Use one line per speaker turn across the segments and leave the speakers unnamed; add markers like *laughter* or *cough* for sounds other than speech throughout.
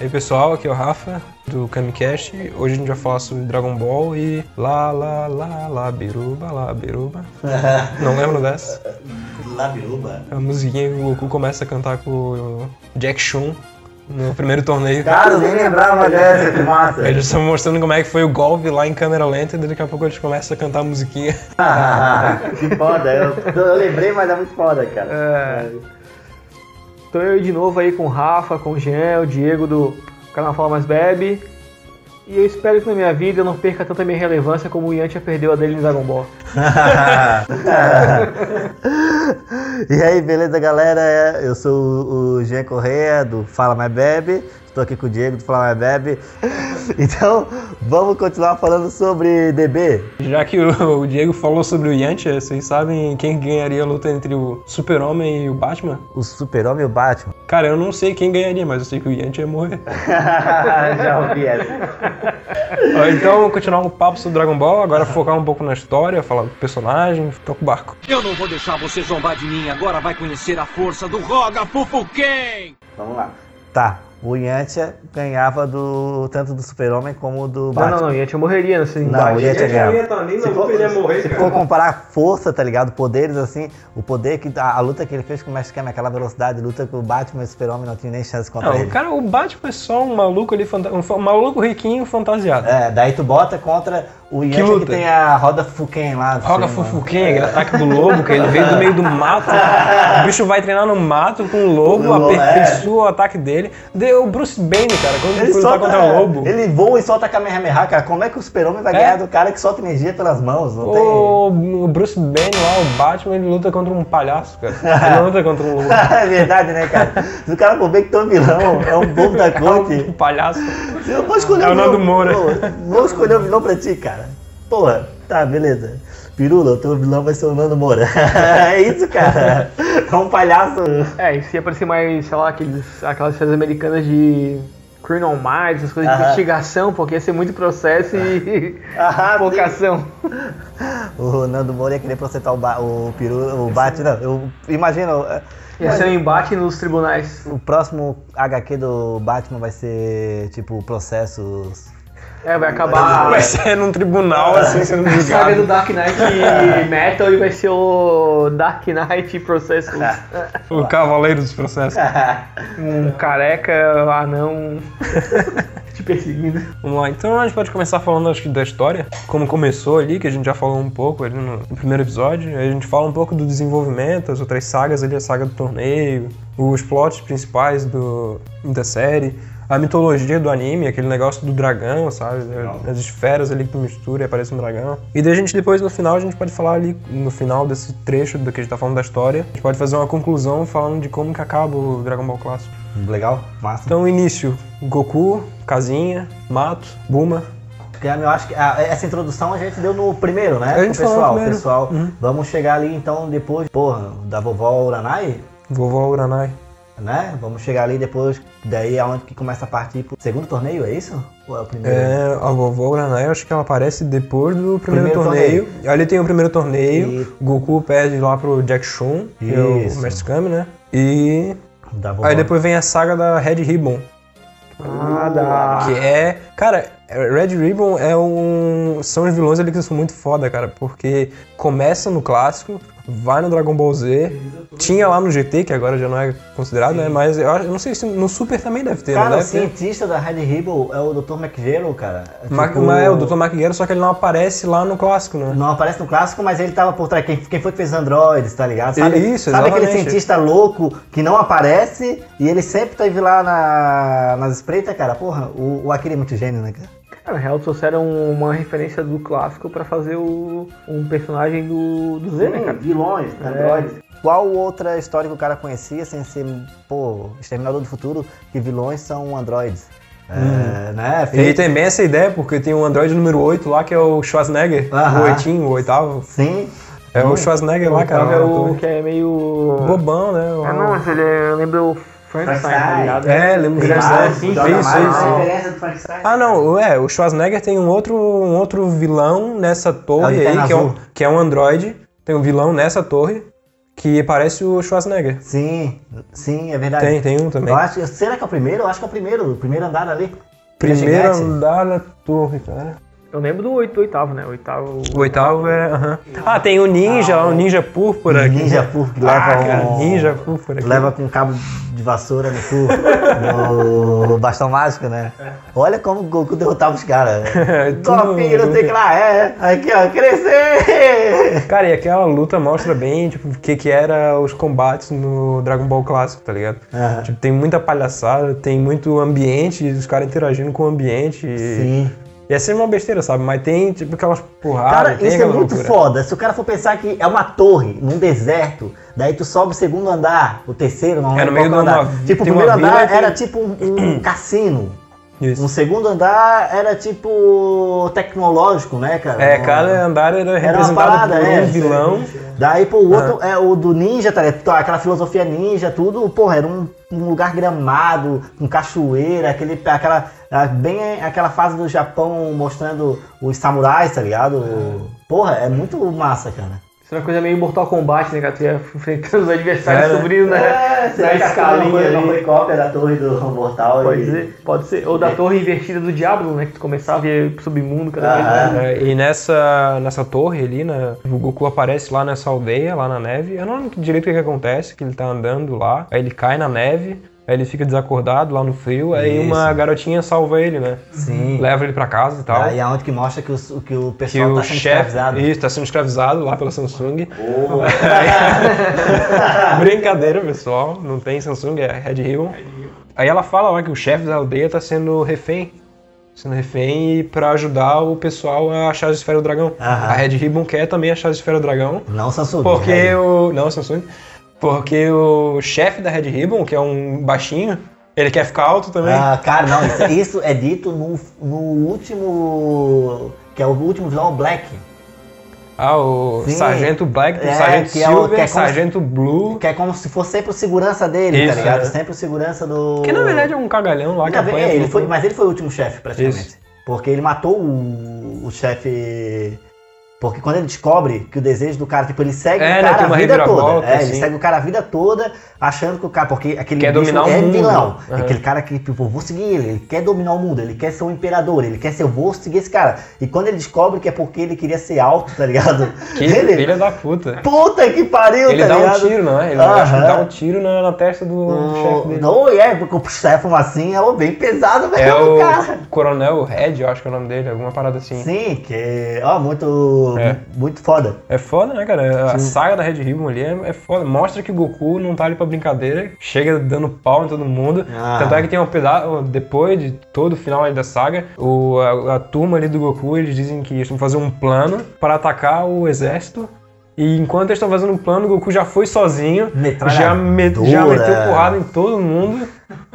E aí pessoal, aqui é o Rafa do Camicast. Hoje a gente vai falar sobre Dragon Ball e lá lá lá lá biruba lá biruba. Não lembro dessa?
Labiruba.
A musiquinha que o Goku começa a cantar com o Jack Chun no primeiro torneio.
Cara, eu nem lembrava dessa, que massa. *laughs*
Eles estão mostrando como é que foi o golpe lá em câmera lenta e daqui a pouco eles começam a cantar a musiquinha. *laughs*
que foda, eu, eu lembrei, mas é muito foda, cara.
É. Tô eu de novo aí com o Rafa, com o Jean, o Diego do canal Fala Mais Bebe. E eu espero que na minha vida eu não perca tanta minha relevância como o Ian já perdeu a dele no Dragon Ball.
*laughs* e aí, beleza, galera? Eu sou o Jean Correia do Fala Mais Bebe. Estou aqui com o Diego do Fala Mais Bebe. *laughs* Então, vamos continuar falando sobre DB.
Já que o, o Diego falou sobre o Yantia, vocês sabem quem ganharia a luta entre o Super-Homem e o Batman?
O Super-Homem e o Batman.
Cara, eu não sei quem ganharia, mas eu sei que o Yantia ia morrer.
*laughs* Já ouvi essa.
Ó, então, continuar o papo sobre Dragon Ball, agora focar um pouco na história, falar do personagem, toca o barco.
Eu não vou deixar você zombar de mim. Agora vai conhecer a força do Roga Ken.
Vamos lá. Tá. O Yantia ganhava do tanto do Super-Homem como do
Não,
Batman.
não, não, Ian já morreria né, assim, nesse
Não, o
embate.
Yantia ganhava.
nem
Se for, se for comparar força, tá ligado? Poderes, assim, o poder que. A, a luta que ele fez com o Max Kame, aquela velocidade, luta com o Batman e o Super-Homem não tinha nem chance contra
Não,
ele.
cara, o Batman é só um maluco ali, fanta- um, fa- um maluco riquinho fantasiado.
É, daí tu bota contra o Yantia que,
luta?
tem a roda Fuken lá. do
Roga
filme, mano.
Fofuquinha, aquele ataque do lobo, que ele veio do meio do mato. O bicho vai treinar no mato com o lobo,
O lobo, é.
aperfeiçoa o ataque dele. Deu o Bruce Banner, cara, quando ele
Ele,
foi lutar
solta, é,
contra o lobo.
ele voa e solta a Kamehameha, cara. Como é que o Super-Homem vai
É.
ganhar do cara que solta energia pelas mãos? Não tem. *laughs*
O o Bruce Banner lá, o Batman, ele luta contra um palhaço, cara.
*laughs*
Ele não luta contra um lobo.
é verdade, né, cara? Se o cara for bem que tu é um vilão, é um
*laughs*
bobo da
Um
corte.
palhaço.
Eu vou escolher
É o
vilão.
Nando Moura.
Pô, Vou escolher o vilão pra ti, cara. Porra, tá, beleza. Pirula, o teu vilão vai ser o Nando Moura. *laughs* é isso, cara. É um palhaço.
É, e se aparecer mais, sei lá, aqueles, aquelas séries americanas de Criminal Minds, essas coisas de
Aham.
investigação, porque ia ser muito processo e
*laughs* Ah, *laughs*
vocação.
O Nando Moura ia querer processar o, ba o Pirula, o Batman. Eu imagino, eh,
Ia ser um embate nos tribunais.
o próximo HQ do Batman vai ser, tipo, processos...
É, vai acabar.
Vai ser é num tribunal, assim,
*laughs*
sendo
A saga do
julgado.
Dark Knight *laughs* Metal e vai ser o Dark Knight Processus.
O cavaleiro dos processos.
Um careca, anão te perseguindo.
Vamos lá, então a gente pode começar falando acho que da história, como começou ali, que a gente já falou um pouco ali no no primeiro episódio, aí a gente fala um pouco do desenvolvimento, as outras sagas ali, a saga do torneio, os plots principais do, da série, a mitologia do anime, aquele negócio do dragão, sabe? As esferas ali que tu mistura e aparece um dragão. E daí a gente depois no final, a gente pode falar ali, no final desse trecho do que a gente tá falando da história, a gente pode fazer uma conclusão falando de como que acaba o Dragon Ball Clássico.
Legal? Massa.
Então, início, Goku, casinha, mato, Buma,
Eu acho que ah, essa introdução a gente deu no primeiro, né?
A gente
Com o pessoal,
falou no primeiro.
pessoal.
Uhum.
Vamos chegar ali então depois, porra, da vovó Uranai,
Vovó Uranai.
né? Vamos chegar ali depois, daí é onde que começa a partir pro segundo torneio, é isso? Ou é o primeiro?
É, a vovó Uranai, eu acho que ela aparece depois do primeiro,
Primeiro
torneio. Ali tem o primeiro torneio.
E-
o Goku perde lá pro Jack Shun, que é o
Isso.
Mestre Kami, né? E.
Da vovó. Ah,
Aí depois vem a saga da Red Ribbon.
Nada.
Que é. Cara, Red Ribbon é um. São os vilões ali que são muito foda, cara. Porque começa no clássico, vai no Dragon Ball Z. Tinha lá no GT, que agora já não é considerado, né? Mas eu, acho- eu não sei se no Super também deve ter,
Cara,
não
o
deve ter?
cientista da Red Ribble é o Dr. McGero, cara. É
Ma-
tipo-
mas é o Dr. Mac Guerra, só que ele não aparece lá no clássico, né?
Não aparece no clássico, mas ele tava por trás. Quem, quem foi que fez androides, tá ligado?
Isso,
sabe aquele
exatamente.
cientista louco que não aparece e ele sempre teve lá na, nas espreitas, cara? Porra, o, o Akira é muito gênio, né, cara?
Cara, na real, trouxeram uma referência do clássico pra fazer o, um personagem do, do Z, né, cara?
vilões,
androides.
Qual outra história que o cara conhecia sem ser, pô, Exterminador do Futuro, que vilões são androides? É, né?
E
Feito-
tem bem essa ideia, porque tem o Android número 8 lá, que é o Schwarzenegger,
Aham.
o oitinho, o oitavo.
Sim. né?
É o Schwarzenegger lá, cara.
é o que é meio.
Bobão, né? O-
É, não, mas ele é, eu lembro o Frankenstein, tá ligado?
É, lembro
Tem
disso.
vários,
né?
joga
Isso,
mais,
isso.
né?
Ah, não, é, o Schwarzenegger tem um outro, um outro vilão nessa torre
É o
aí,
Lanterna
que é, um,
Azul.
que é um androide. Tem um vilão nessa torre. que parece o Schwarzenegger.
Sim, sim, é verdade.
Tem, tem um também.
Eu acho, será que é o primeiro? Eu acho que é o primeiro, o primeiro andar ali.
Primeiro
é Gigante.
andar da torre, cara.
Eu lembro do oito- oitavo, né? Oitavo.
O oitavo é. aham. Ah, tem o Ninja, o Ninja Púrpura. que-
Ninja Purk
Ah,
leva
cara,
um.
Ninja Púrpura. que-
Leva com um cabo de vassoura no cu, no bastão mágico, né? Olha como o Goku derrotava os caras.
*laughs* É, tudo-
Golpinho, não sei o que lá, é. Aqui, ó, crescer!
Cara, e aquela luta mostra bem, tipo, o que que era os combates no Dragon Ball clássico, tá ligado?
Aham.
Tipo, tem muita palhaçada, tem muito ambiente, os caras interagindo com o ambiente. e-
Sim.
E é sempre uma besteira, sabe? Mas tem, tipo, aquelas porradas,
Cara,
tem
isso é
aquela
muito
loucura.
foda. Se o cara for pensar que é uma torre num deserto, daí tu sobe o segundo andar, o terceiro, não
É, no
lembro
meio
qual que
de uma
andar.
vi-
Tipo, o
tem uma
primeiro
vila
andar
que-
era
*clears throat*
tipo um, um cassino.
Isso.
Um segundo andar era tipo tecnológico, né, cara?
É,
Um-
cada andar era
Era uma
representado
parada,
por um
é.
vilão.
Daí, pô, o outro é o do ninja, tá ligado? Aquela filosofia ninja, tudo, porra, era um, um lugar gramado, com cachoeira, aquele, aquela, a- bem aquela fase do Japão mostrando os samurais, tá ligado? Porra, é muito massa, cara.
Isso é uma coisa meio Mortal Kombat, né, cara? Tu ia enfrentando os adversários
É, né?
subindo, né? Na escalinha ali.
cópia da torre do Mortal
Pode ser, pode ser. Ou
É.
da torre invertida do Diablo, né? Que tu começava e ia pro submundo cada vez mais.
Aham.
É, e nessa, nessa torre ali, né, o Goku aparece lá nessa aldeia, lá na neve. Eu não lembro direito o que, que acontece, que ele tá andando lá, aí ele cai na neve, aí ele fica desacordado lá no frio, aí
Isso.
uma garotinha salva ele, né?
Sim.
Leva ele pra casa e tal.
Aí é onde que mostra que, os, que o
que
pessoal
o
tá sendo
chefe
escravizado.
isso, tá sendo escravizado lá pela Samsung. *laughs* Brincadeira, pessoal. Não tem Samsung, é Red Hill. Aí ela fala lá que o chefe da aldeia tá sendo refém. Sendo refém e pra ajudar o pessoal a achar as esferas do dragão.
Aham.
A Red Ribbon quer também achar as esferas do dragão.
Não Samsung. é
Porque
velho.
o. Não, Samsung. Porque o chefe da Red Ribbon, que é um baixinho, ele quer ficar alto também.
Ah, cara, não, isso, isso é dito no, no último. Que é o último vilão o Black.
Ah, o
Sim.
Sargento Black,
É,
Sargento
que é o-
Silver,
que é como-
Sargento Blue.
Que é como se fosse sempre o segurança dele,
Isso,
tá ligado?
é.
Sempre o segurança do.
Que na verdade é um cagalhão lá que
Na ve-
apanha.
é,
tudo.
ele
né?
foi, mas ele foi o último chefe, praticamente.
Isso.
Porque ele matou o, o chefe. Porque quando ele descobre que o desejo do cara, tipo, ele segue
É,
o
né,
cara
tem
a
uma
vida toda.
reviravolta,
É, ele
assim.
segue o cara a vida toda, achando que o cara. Porque aquele
Quer
bicho
dominar o
é
mundo.
vilão. É
Aham.
Aquele cara que, tipo, vou seguir ele, ele quer dominar o mundo, ele quer ser o imperador, ele quer ser, eu vou seguir esse cara. E quando ele descobre que é porque ele queria ser alto, tá ligado?
*laughs* Que
*laughs* ele.
filha da puta.
Puta que pariu,
Ele
tá
dá um
ligado?
tiro, não é? Ele
Aham.
acho que dá um tiro na, na testa do, do chefe
*laughs*
dele.
Não é, porque o chefe assim é o bem pesado, velho,
É o
cara.
Coronel Red, eu acho que é o nome dele, alguma parada assim.
Sim, que ó, muito,
É.
muito foda.
É foda, né, cara? A saga da Red Ribbon ali é, é foda. Mostra que o Goku não tá ali pra brincadeira, chega dando pau em todo mundo.
Ah.
Tanto é que tem um pedaço, depois de todo o final ali da saga, o, a, a turma ali do Goku, eles dizem que eles vão fazer um plano para atacar o exército. E enquanto eles estão fazendo um plano, o Goku já foi sozinho,
Hum,
já, me- já
Metralhadora.
meteu porrada em todo mundo.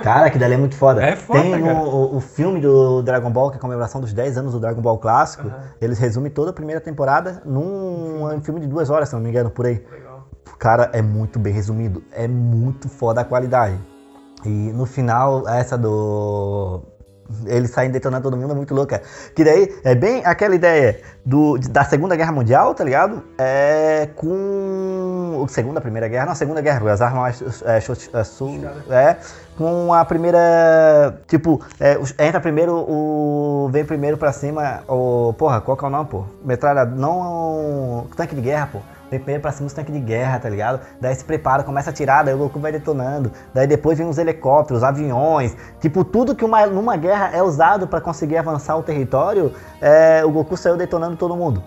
Cara, que dali é muito foda.
É foda,
Tem no-
cara.
o, o filme do Dragon Ball, que é a comemoração dos 10 anos do Dragon Ball clássico. Eles resumem toda a primeira temporada num um filme de duas horas, se não me engano, por aí. Cara, é muito bem resumido. É muito foda a qualidade. E no final, essa do. Eles saem detonando todo mundo é muito louca. Que daí é bem aquela ideia do, de- da Segunda Guerra Mundial, tá ligado? É com. o Segunda, Primeira Guerra? Não, Segunda Guerra, porque as armas. É, chute- é, su- é, com a primeira. Tipo, é, os- entra primeiro o. Vem primeiro pra cima o. Porra, qual que é o nome, pô? Metralha. Não. Tanque de guerra, pô. Vem primeiro pra cima os tanques de guerra, tá ligado? Daí se prepara, começa a tirar, daí o Goku vai detonando. Daí depois vem os helicópteros, aviões. Tipo, tudo que uma, numa guerra é usado pra conseguir avançar o território, é, o Goku saiu detonando todo mundo.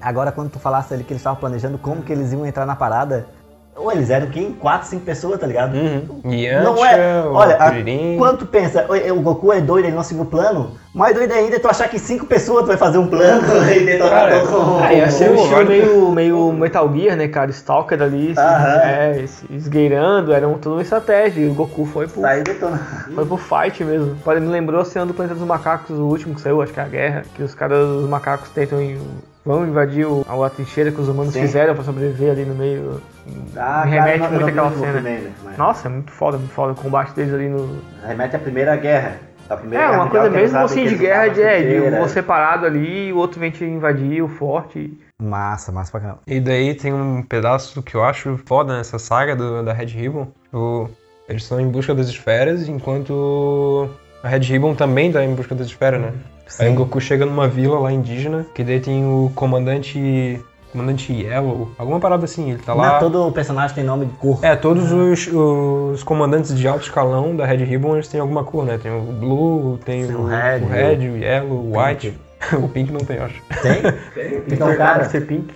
Agora, quando tu falasse ali que eles estavam planejando como que eles iam entrar na parada, ou eles eram quem? 4, 5 pessoas, tá
Hum.
ligado?
Yantia,
Não é.
né, o
Olha, a-
Kuririn.
quando tu pensa, "Oi, o Goku é doido, ele não seguiu o plano. Mais doido ainda é tu achar que cinco pessoas tu vai fazer um plano *laughs* e detonar
Cara,
todo mundo.
Ah, ia ser um
Pô,
estilo
olha.
meio, meio Metal Gear, né, cara? Stalker ali, se-
Aham.
é, se esgueirando, era um, toda uma estratégia. E o Goku foi pro,
Saiu detonando.
foi pro fight mesmo. Pare- Me lembrou a cena do Planeta dos Macacos, o último que saiu, acho que é a guerra, que os caras, os macacos tentam ir- vão invadir o, a trincheira que os humanos
Sim.
fizeram pra sobreviver ali no meio.
Ah, cara,
Me remete
não, eu
muito
não
àquela
vi o
cena.
Goku ainda, mas-
Nossa, é muito foda, muito foda o combate deles ali no,
Remete à Primeira Guerra. A primeira
É,
guerra
uma coisa
mundial, que
mesmo
eles
assim de
usam
guerra de,
armas
é, de
inteira.
você parado ali e o outro vem te invadir o forte.
Massa, massa pra caramba.
E daí tem um pedaço que eu acho foda nessa saga do- da Red Ribbon. O- eles estão em busca das esferas, enquanto a Red Ribbon também tá em busca das esferas, né? Aí o Goku chega numa vila lá indígena, que daí tem o comandante. Comandante Yellow, alguma parada assim, ele tá
Não
lá.
é todo personagem tem nome de cor.
É, todos os, os comandantes de alto escalão da Red Ribbon, eles têm alguma cor, né? Tem o Blue, tem,
Tem
o,
o Red,
o Red, o Yellow, o White. *laughs* o Pink não tem, eu acho.
É. *laughs*
Tem? Então,
Mercado
cara,
Mr. Pink.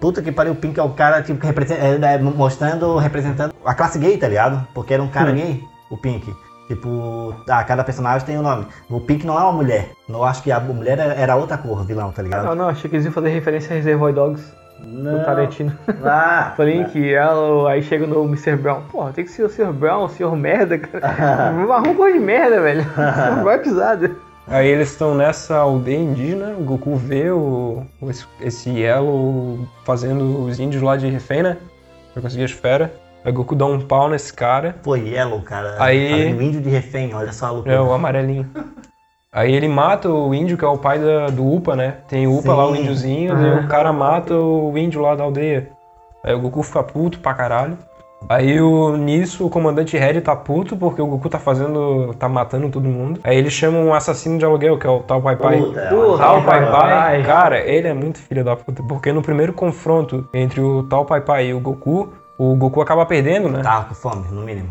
Puta que pariu, o Pink é o cara tipo, que representa, é, né, mostrando, representando a classe gay, tá ligado? Porque era um cara gay, o Pink. Tipo, ah, cada personagem tem um nome. O Pink não é uma mulher. Eu acho que a mulher era- era outra cor, vilão, tá ligado?
Não, Ah, não, achei que eles iam fazer referência a Reservoir Dogs
*laughs*
do Tarantino.
Ah,
Falei que ela, aí chega no Mr. Brown. Porra, tem que ser o Sr. Brown, o Sr.
*laughs*
Merda, cara. Marrom cor de merda, velho. O Sr. Brown é pisado.
Aí eles estão nessa aldeia indígena, o Goku vê o, o- esse- esse Yellow fazendo os índios lá de refém, né? Pra conseguir a esfera. Aí o Goku dá um pau nesse cara,
Pô, Yellow, cara.
Aí-
Fazendo índio de refém, olha só a loucura.
é o amarelinho. Aí ele mata o índio, que é o pai da- do Upa, né? Tem o Upa lá, o
Sim.
índiozinho, e o cara mata o índio lá da aldeia. Aí o Goku fica puto pra caralho. Aí o, nisso o comandante Red tá puto porque o Goku tá fazendo. tá matando todo mundo. Aí ele chama um assassino de aluguel, que é o tal Pai Pai.
Puta,
Porra,
olha só,
Tal Pai
Pai
Pai,
Pai.
cara, ele é muito filho da puta, porque no primeiro confronto entre o Tal Pai Pai e o Goku, o Goku acaba perdendo, né?
Tava "Tá com fome, no mínimo.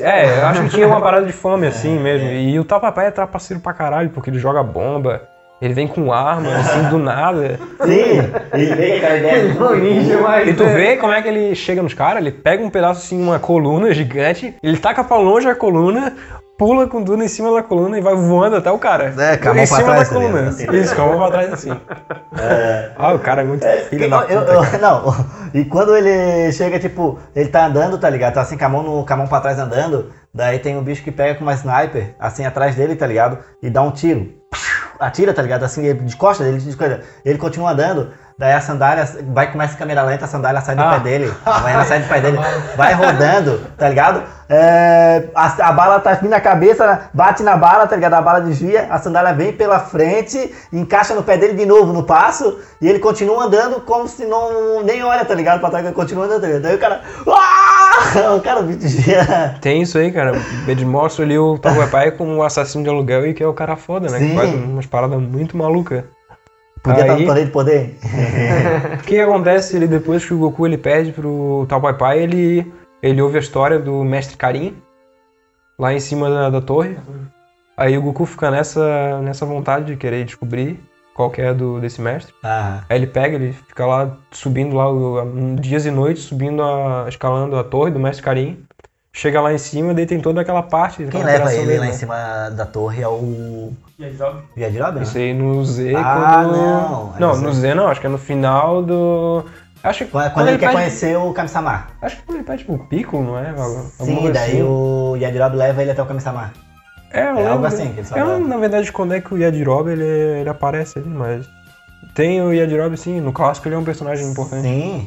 É, eu acho que tinha uma parada de fome assim mesmo. E o Tal Pai Pai é trapaceiro pra caralho, porque ele joga bomba, ele vem com arma, assim, do nada.
Sim, ele veio aquela *laughs* ideia.
E tu vê como é que ele chega nos caras, ele pega um pedaço assim, uma coluna gigante, ele taca pra longe a coluna, pula com tudo em cima da coluna e vai voando até o cara.
É, com a mão
Em
pra
cima
trás,
da
tá ligado?
coluna.
Assim.
Isso, com a mão pra trás assim. Ah, o cara é muito filho da
Eu-
puta.
eu- eu- não, e quando ele chega, tipo, ele tá andando, tá ligado? Tá assim, com a mão, no, com a mão pra trás andando. Daí tem um bicho que pega com uma sniper, assim, atrás dele, tá ligado? E dá um tiro. Atira, tá ligado? Assim, ele de costas, ele de coisa. Ele continua andando. Daí a sandália vai, começa a câmera lenta, a sandália sai do
Ah. Tá
pé
*laughs*
dele. Vai, ela sai do pé dele. Vai rodando, tá ligado? É, a, a bala tá aqui na cabeça, bate na bala, tá ligado? A bala desvia, a sandália vem pela frente, encaixa no pé dele de novo no passo, e ele continua andando como se não nem olha, tá ligado? Pra trás, ele continua andando, tá ligado? Daí o cara. "Ah!" *laughs* O cara o bicho gira.
Tem isso aí, cara. Eles mostram ali o
*laughs*
Tal Pai Pai como um assassino de aluguel e que é o cara foda, né? Que
Sim.
faz umas paradas muito malucas.
Podia estar
Aí-
no torneio de poder.
O que acontece ele, depois que o Goku ele perde pro Tal Pai Pai, ele, ele ouve a história do Mestre Karin lá em cima da, da torre. Aí o Goku fica nessa, nessa vontade de querer descobrir qual que é do, desse mestre.
Ah,
Aí ele pega, ele fica lá subindo lá o- dias e noites, subindo a. escalando a torre do Mestre Karin. Chega lá em cima, daí tem toda aquela parte.
quem
aquela
leva
operação
ele
dele,
lá
né?
em cima da torre é o. Viadirob? né?
Isso aí no Z
Ah,
quando.
não, é
Não,
no Z.
no Z não, acho que é no final do. Acho que
Quando, quando ele, quer
pede-
conhecer o Kami-sama.
Acho que quando ele pede tipo o pico, não é? Alguma
Sim,
coisa
daí
assim.
o Yadirob leva ele até o Kami-sama.
É, eu
é algo
lembro.
assim que eles
Eu,
falaram.
na verdade, quando é que o Yadirob ele, ele aparece ali, mas. Tem o Yadirob, sim, no clássico ele é um personagem importante.
Sim.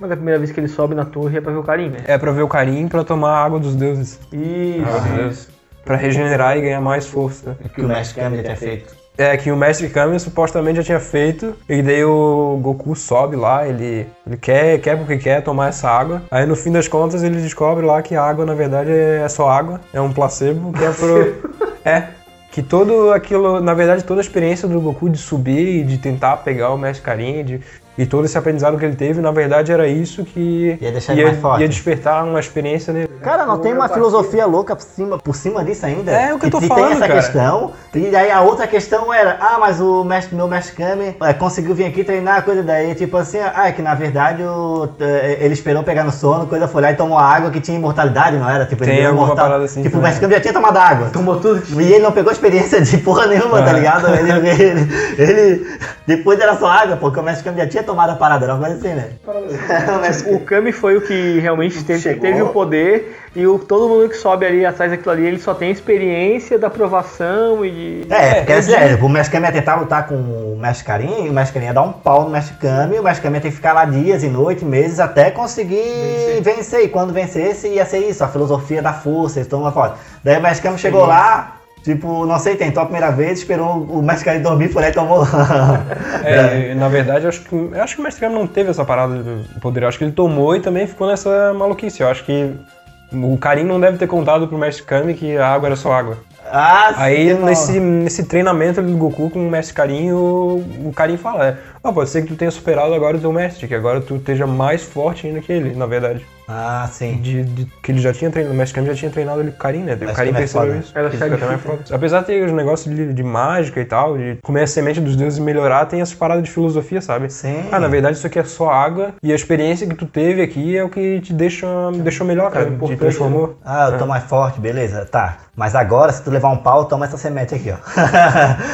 Mas é a primeira vez que ele sobe na torre é pra ver o carinho, né?
É pra ver o carinho pra tomar a água dos deuses.
Ah.
Ah,
Isso.
Pra regenerar e ganhar mais força.
Que o Mestre Kami já tinha feito.
É, que o Mestre Kami supostamente já tinha feito, e daí o Goku sobe lá, ele, ele quer, quer porque quer tomar essa água. Aí no fim das contas ele descobre lá que a água na verdade é só água, é um placebo, que é
*laughs*
pro... é, que todo aquilo, na verdade toda a experiência do Goku de subir e de tentar pegar o Mestre Karin, de- e todo esse aprendizado que ele teve, na verdade era isso que
Ia deixar ele mais forte.
ia despertar uma experiência nele.
Cara, não tem uma filosofia louca por cima, por cima disso ainda?
É o que eu tô
tem
falando,
essa
cara.
questão. E aí a outra questão era, ah, mas o mestre, meu mestre Kami é, conseguiu vir aqui treinar, coisa daí, tipo assim, ah, é que na verdade o- é, ele esperou pegar no sono, coisa foi lá e tomou a água que tinha imortalidade, não era? Tipo, ele
Tem
virou
alguma
imortal.
parada assim,
Tipo, o
né?
mestre Kami já tinha tomado água.
Tomou tudo.
E ele não pegou experiência de porra nenhuma, tá
Ah.
ligado? Ele, ele, ele- Depois era só água, porque o mestre Kami já tinha tomado a parada, era uma coisa assim, né? *laughs* O mestre
O Kami foi o que realmente teve,
Chegou.
teve o poder e o, todo mundo que sobe ali atrás daquilo ali, ele só tem a experiência da aprovação e de...
É, porque
eu
é, sério, o Mestre Kami ia tentar lutar tá, com o Mestre Karim, e o Mestre Karim ia dar um pau no Mestre Kami, o Mestre Kami ia ter que ficar lá dias e noites, meses, até conseguir vencer. E quando vencesse, ia ser isso, a filosofia da força, eles tomam uma foto. Daí o Mestre Kami chegou lá, Tipo, não sei, tentou a primeira vez, esperou o Mestre Kali dormir, por aí tomou.
É, e, na verdade, eu acho que, eu acho que o Mestre Kami não teve essa parada do poder. Eu acho que ele tomou e também ficou nessa maluquice. Eu acho que o Karim não deve ter contado pro Mestre Kami que a água era só água.
*laughs* ah,
Aí,
sim,
nesse, nesse treinamento do Goku com o Mestre Karim, o, o Karim fala, é, "Ah, pode ser que tu tenha superado agora o teu mestre, que agora tu esteja mais forte ainda que ele, na verdade.
Ah, sim.
De, de- que ele já tinha treinado, o Mestre Kami já tinha treinado ele com o Karim, né?
Mas
o Karim
como é
percebeu
foda.
isso.
Era
Isso
chá de
fica até mais
fita.
é foda. Apesar de ter os negócios de, de mágica e tal, de comer a semente dos deuses e melhorar, tem essas paradas de filosofia, sabe?
Sim.
Ah, na verdade isso aqui é só água e a experiência que tu teve aqui é o que te deixa, me deixou melhor, cara. te
importante,
transformou.
Ah, eu tô
É.
mais forte, beleza, tá. Mas agora, se tu levar um pau, toma essa semente aqui, ó.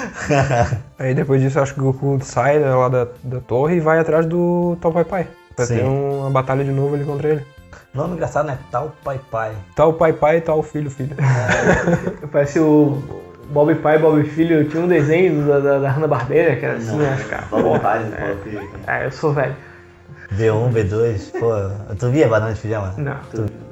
*laughs*
Aí depois disso, eu acho que o Goku sai lá da, da torre e vai atrás do Tal Pai Pai. Pra
Sim.
ter uma batalha de novo ali contra ele.
Nome engraçado, né? Tal Pai Pai.
Tal Pai Pai e tal Filho Filho.
Parece o Bob Pai, Bob Filho. Tinha um desenho da, da, da Hanna-Barbera que era assim, né? Cara,
Vamos lá, ele falou que.
Ah, eu sou velho.
B1, B2, um, pô. Tu via banana de pijama?
Não,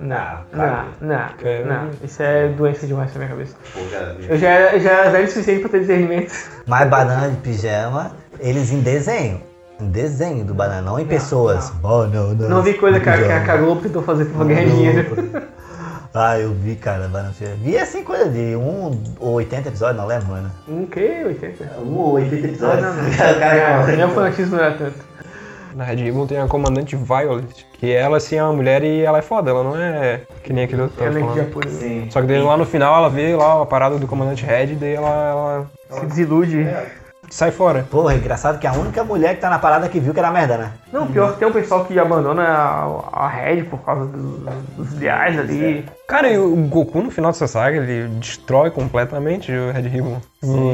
não,
cara.
não, não,
É.
não. Isso é doença demais na minha cabeça.
Pô, cara,
Eu já era, já era velho o suficiente pra ter discernimento.
Mas banana de pijama, eles em desenho. Em desenho do banana, não em pessoas. Banana
Não vi coisa que a,
de
que a, que a
pijama.
Globo tentou fazer pra ganhar dinheiro.
Ah, eu vi, cara, banana de pijama. Vi assim coisa de um ou 80 episódios, não lembro, né?
Um quê? 80?
Um ou 80
Ah,
episódios.
não, não.
*laughs* O cara-
Não, Meu fanatismo não era tanto.
Na Red Ribbon tem a comandante Violet, que ela sim é uma mulher e ela é foda, ela não é que nem aquele outro. que
Eu
tava
lembro de
falando.
Japão. né?
Sim.
Só que daí lá no final ela vê lá a parada do comandante Red e daí ela, ela
Se desilude.
sai fora.
Porra, engraçado que a única mulher que tá na parada que viu que era merda, né?
Não, pior que tem um pessoal que abandona a, a Red por causa dos, dos ideais ali.
Cara, e o Goku no final dessa saga, ele destrói completamente o Red Ribbon.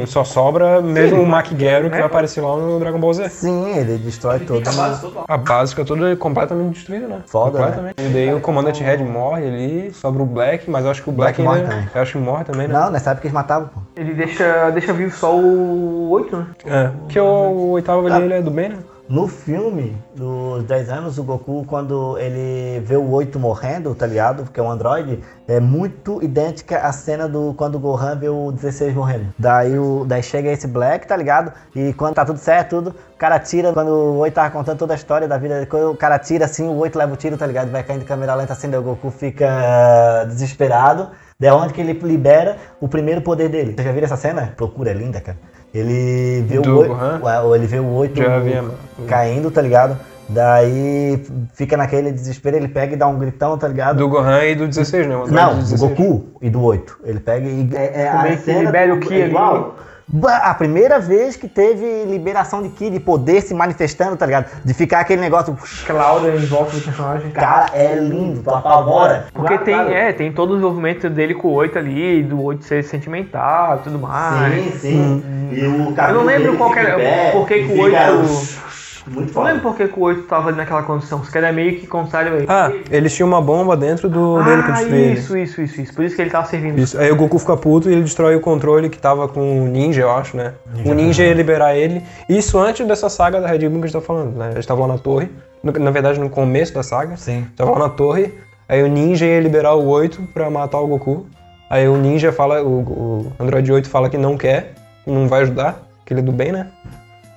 Só sobra mesmo o Mac Gero
É.
que vai aparecer lá no Dragon Ball Z.
Sim, ele destrói todo mundo.
A básica toda é completamente destruída, né?
Foda,
completamente. E daí o comandante Red morre ali, sobra o Black, mas eu acho que o Black,
Black
ainda-
morre também.
Eu acho que morre também, né?
Não, nessa época eles matavam, pô.
Ele deixa, deixa vir só o 8, né?
É, porque o, o oitavo
Ah.
ali ele é do bem, né?
No filme dos 10 anos, o Goku, quando ele vê o 8 morrendo, tá ligado? Porque é um androide, é muito idêntica à cena do quando o Gohan vê o 16 morrendo. Daí, o, daí chega esse Black, tá ligado? E quando tá tudo certo, tudo, o cara tira, quando o 8 tava contando toda a história da vida, quando o cara tira assim, o 8 leva o tiro, tá ligado? Vai caindo em câmera lenta assim, daí o Goku fica ah, desesperado. Daí é onde que ele libera o primeiro poder dele. Você já viu essa cena? Procura, é linda, cara. Ele vê
Do
o 8.
Gohan?
Ué, Ele vê o 8
Já vi, mano.
caindo, tá ligado? Daí fica naquele desespero, ele pega e dá um gritão, tá ligado?
Do Gohan e do 16, né? O Android
Não,
do
do
16.
Goku e do 8. Ele pega e. É, é
Como é que libera o Ki ali?
igual. Ba- A primeira vez que teve liberação de Ki, de poder se manifestando, tá ligado? De ficar aquele negócio.
Aquela aura em volta do personagem.
Cara, é lindo, tu apavora.
Porque tem, é, tem todo o desenvolvimento dele com o 8 ali, do 8 ser sentimental e tudo
Ah,
mais.
Sim, sim. E o
Eu não lembro qual que era- por que que o
*laughs*
oito-
oito. Muito
Não lembro
foda.
por que que o 8 tava ali naquela condição, porque era meio que contrário aí.
Ah, eles tinham uma bomba dentro do dele que
Ah,
destruiu ele.
isso, isso, isso, isso. Por isso que ele tava servindo.
Isso. Aí o Goku fica puto e ele destrói o controle que tava com o Ninja, eu acho, né? o Ninja ia liberar ele. Isso antes dessa saga da Red Ribbon que a gente tá falando, né? Eles estavam lá na torre. No- na verdade, no começo da saga.
Sim.
Estavam lá na torre. Aí o Ninja ia liberar o 8 pra matar o Goku. Aí o Ninja fala, o, o Android 8 fala que não quer, que não vai ajudar, que ele é do bem, né?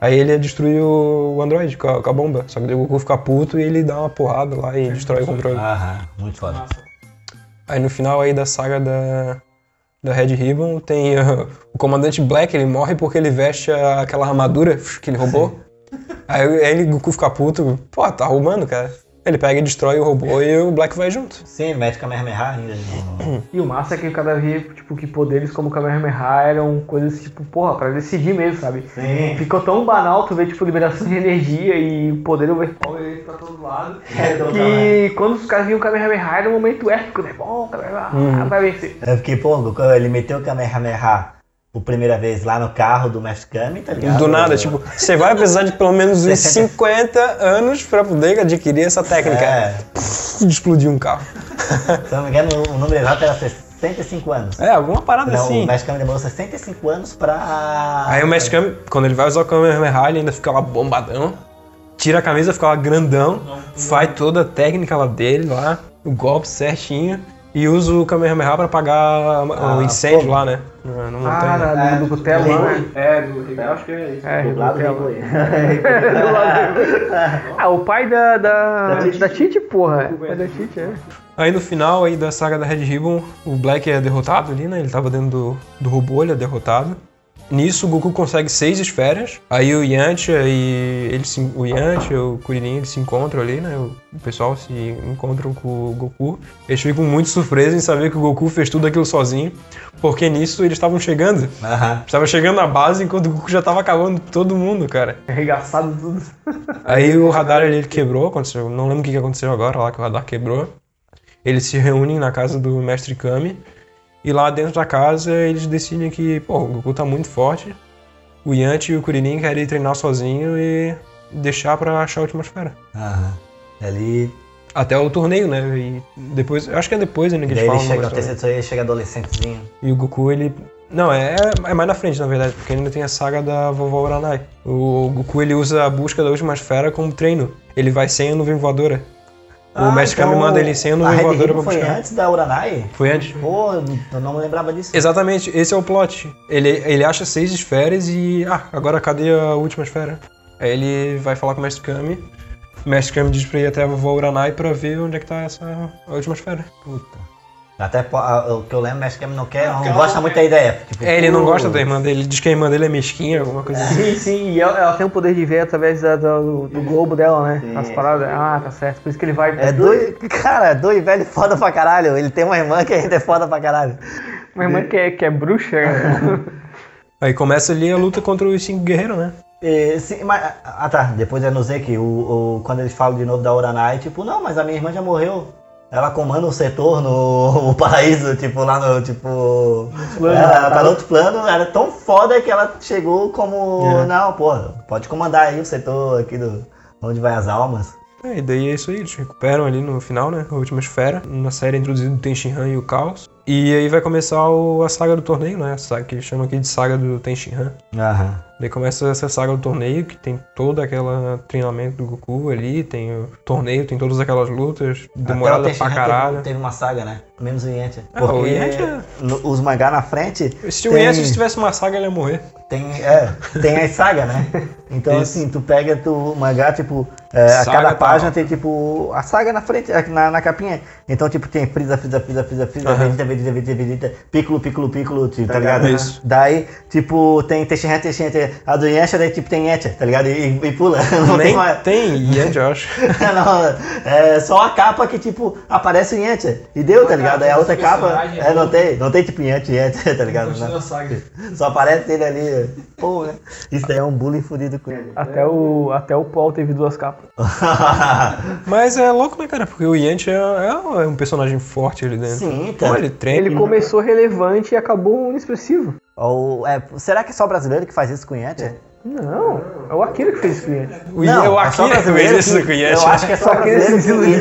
Aí ele ia destruir o o Android com a, com a bomba. Só que daí o Goku fica puto e ele dá uma porrada lá e destrói o controle.
Aham, muito foda.
Aí no final aí da saga da, da Red Ribbon tem *laughs* uh, o comandante Black, ele morre porque ele veste a- aquela armadura que ele *laughs* roubou. Aí ele, Goku fica puto, pô, tá roubando, cara. Ele pega e destrói o robô e o Black vai junto.
Sim, mete Kamehameha ainda. né? *clears throat* no-
E o massa é que o cara via, tipo, que poderes como o Kamehameha eram coisas, tipo, porra, pra decidir mesmo, sabe?
Sim.
Ficou tão banal tu ver, tipo, liberação de energia e poder overpower pra todo lado.
É, então, cara,
Que quando os caras viam o Kamehameha era um momento épico, né? Bom, Kamehameha
Uhum.
vai vencer.
É porque, pô, o Goku, ele meteu o Kamehameha por primeira vez lá no carro do Mestre Kami, tá ligado?
Do nada, tipo, você vai precisar de pelo menos
*laughs*
uns 50 anos pra poder adquirir essa técnica
É.
de explodir um carro.
Se eu não me engano, o número exato era 65 anos.
É, alguma parada
Não,
assim.
o mexicano demorou 65 anos pra.
Aí o
*laughs*
Mesh Cam, quando ele vai usar o Kamehameha, ele ainda fica lá bombadão. Tira a camisa, fica lá grandão. Faz toda a técnica lá dele, lá. O golpe certinho. E usa o Kamehameha pra apagar a- o
Ah,
incêndio
fogo.
lá, né? Na, na
Ah,
montanha.
na-
É,
do, do Cutelo lá, né?
É, do, eu acho que é isso.
É, do
Dublado em
*laughs* Cutelo.
inglês.
*laughs*
Do *laughs* lado dele. Ah, o pai da. Da,
Da Titi.
da Titi, porra. É pai da Titi, é.
Aí no final aí da saga da Red Ribbon, o Black é derrotado ali, né? Ele tava dentro do, do robô, ele é derrotado. Nisso o Goku consegue seis esferas. Aí o Yantia e ele se, o Yantia, o Kuririn, eles se encontram ali, né? O pessoal se encontram com o Goku. Eles ficam muito surpresos em saber que o Goku fez tudo aquilo sozinho, porque nisso eles estavam chegando.
Aham.
Estavam chegando na base enquanto o Goku já tava acabando com todo mundo, cara.
É Arregaçado tudo. *laughs*
Aí o radar ele quebrou, aconteceu, não lembro o que que aconteceu agora lá que o radar quebrou. Eles se reúnem na casa do mestre Kami e lá dentro da casa eles decidem que, pô, o Goku tá muito forte. O Yanti e o Kuririn querem treinar sozinho e deixar pra achar a última esfera.
Aham. Ali.
Até o torneio, né? E depois, acho que é depois ainda que eles
Daí ele
falam.
chega,
alguma
o
coisa.
terceiro sonho, ele chega adolescentezinho.
E o Goku, ele. Não, é, é mais na frente, na verdade, porque ainda tem a saga da vovó Uranai. O Goku ele usa a busca da última esfera como treino. Ele vai sem a nuvem voadora. O
Ah,
mestre
então
Kami manda ele sem a
a
nuvem
Red
voadora pra
Ribbon foi
buscar.
antes da Uranai?
Foi antes?
Pô, eu não me lembrava disso.
Exatamente, esse é o plot. Ele, ele acha seis esferas e. Ah, agora cadê a última esfera? Aí ele vai falar com o mestre Kami. O mestre Kami diz pra ir até a vovó Uranai pra ver onde é que tá essa a última esfera.
Puta. Até po- a- o que eu lembro, acho que ele não quer, não gosta muito da ideia. Tipo,
É, ele não
pô,
gosta da irmã dele, ele diz que a irmã dele é mesquinha, alguma coisa assim.
Sim, sim, e ela, ela tem o poder de ver através da- da- do, do globo dela, né? As paradas. Ah, tá certo. Por isso que ele vai.
É doido, cara, é doido e velho foda pra caralho. Ele tem uma irmã que ainda é foda pra caralho.
Minha irmã que é, que é bruxa. né?
*laughs*
Aí começa ali a luta contra os cinco guerreiros, né?
E, sim, mas, ah tá, depois é no Z que o, o- quando eles falam de novo da Uranai, tipo, não, mas a minha irmã já morreu. Ela comanda um setor no *laughs* o paraíso, tipo, lá no, tipo... ela, ela tá no outro plano, ela é tão foda que ela chegou
É.
como... Não, pô, pode comandar aí o setor aqui do... Onde vai as almas.
É, e daí é isso aí, eles recuperam ali no final, né? A última esfera. Na série é introduzido o Tenshinhan e o Caos. E aí vai começar o- a saga do torneio, né? A saga que eles chamam aqui de saga do Tenshinhan.
Aham.
Daí começa essa saga do torneio, que tem todo aquele treinamento do Goku ali, tem o torneio, tem todas aquelas lutas, demorada
Até o
pra
Tenshinhan
caralho.
Teve, teve uma saga, né? Menos o Yantia.
Ah, o Yantia-
no- os mangá na frente.
Se o Yancy se tivesse uma saga, ele ia morrer.
Tem, é, tem as sagas, né? Então, assim, tu pega tu, o mangá, tipo, é, a
Saga
cada
tal.
página tem, tipo, a saga na frente, aqui na, na capinha. Então, tipo, tem Frieza, Frieza, Frieza, Frieza, Frieza,
Aham.
Vegeta, Vegeta, Vegeta, Vegeta, Piccolo, Piccolo, Piccolo, tipo, tá ligado?
Isso.
Daí, tipo, tem Teixeira, Teixeira, a do Yancha, daí, tipo, tem Yancha, tá ligado? E, e pula. *laughs* Não
Nem
tem mais.
tem Yantia, eu acho.
*laughs* não, é só a capa que, tipo, aparece o Yantia. E deu, tá ligado? Aí a outra capa,
personagem,
é, não tem, não tem, tipo, Yantia, Yantia, *laughs* tá ligado? Não.
Continua a saga.
Só aparece ele ali. Pô, né? Isso daí é um bullying fudido com
*laughs*
ele.
até, o, até o Paul teve duas capas.
Mas é louco, né, cara? Porque o Yantia é é um personagem forte ali dentro.
Sim,
Como
cara.
ele treina. né?
Ele começou relevante e acabou um inexpressivo.
Ou, é, será que é só brasileiro que faz isso com o Yantia?
Não, é o Akira que fez isso. gente.
O Ian- o
é só
*laughs* Akira
brasileiro
fez isso
que-
com o
Eu
Yantia.
acho que é só
Só que
brasileiro
esse
que...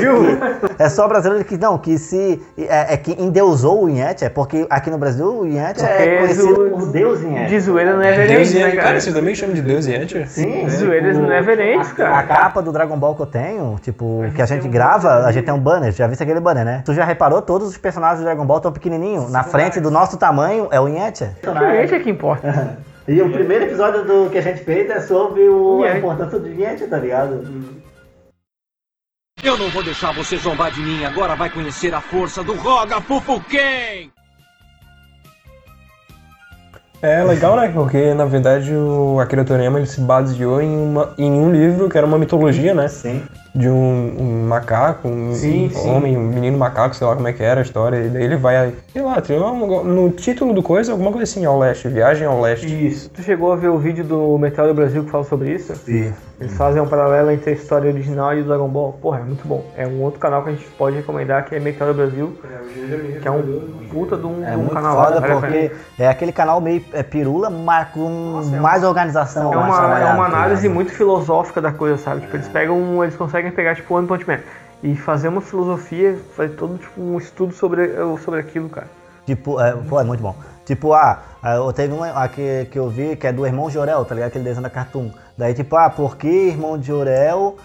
viu?
É só brasileiro que não, que se. É, é que endeusou o Yantia, porque aqui no Brasil o Yantia é
Fez
conhecido
o-
por Deus Yantia.
De zoeira não é
Deus
verente,
e
né,
Yantia. Cara,
cara?
você também chama de Deus e Yantia?
Sim,
De zoeiras não é verente,
tipo, A
cara.
capa do Dragon Ball que eu tenho, tipo, que a gente grava, a gente tem um banner, já viste aquele banner, né? Tu já reparou, todos os personagens do Dragon Ball estão pequenininhos. Na frente do nosso tamanho é o Yantia.
O cliente é que importa.
E o primeiro episódio do que a gente fez é sobre o,
a
importância do Yantia, tá ligado?
Eu não vou deixar você zombar de mim, agora vai conhecer a força do Roga Fufuken!
É legal, né? Porque na verdade o Akira Toriyama ele se baseou em, uma- em um livro que era uma mitologia, né?
Sim.
De um, um macaco, um,
Sim,
um
sim.
homem, um menino macaco, sei lá como é que era a história. E daí ele vai, sei lá, tem um- no título do coisa, alguma coisa assim, ao leste, viagem ao leste.
Isso. Tu chegou a ver o vídeo do Metal do Brasil que fala sobre isso?
Sim.
Eles fazem um paralelo entre a história original e o Dragon Ball. Porra, é muito bom. É um outro canal que a gente pode recomendar, que é Meteoro Brasil, que é um puta de um,
É
de um
muito
canal.
foda
vale a pena.
porque é aquele canal meio é, pirula, mas com mais organização.
É
mais
uma, é
trabalhado,
uma
tá
análise
ligado?
muito filosófica da coisa, sabe? Tipo, eles
É.
pegam, um- eles conseguem pegar tipo One Punch Man e fazer uma filosofia, fazer todo tipo um estudo sobre, sobre aquilo, cara.
Tipo, é, pô, é é muito bom. Tipo, ah, ah, eu teve uma ah, que, que eu vi que é do Irmão Jorel, tá ligado? Aquele desenho da Cartoon. Daí tipo, ah, por que Irmão de Jorel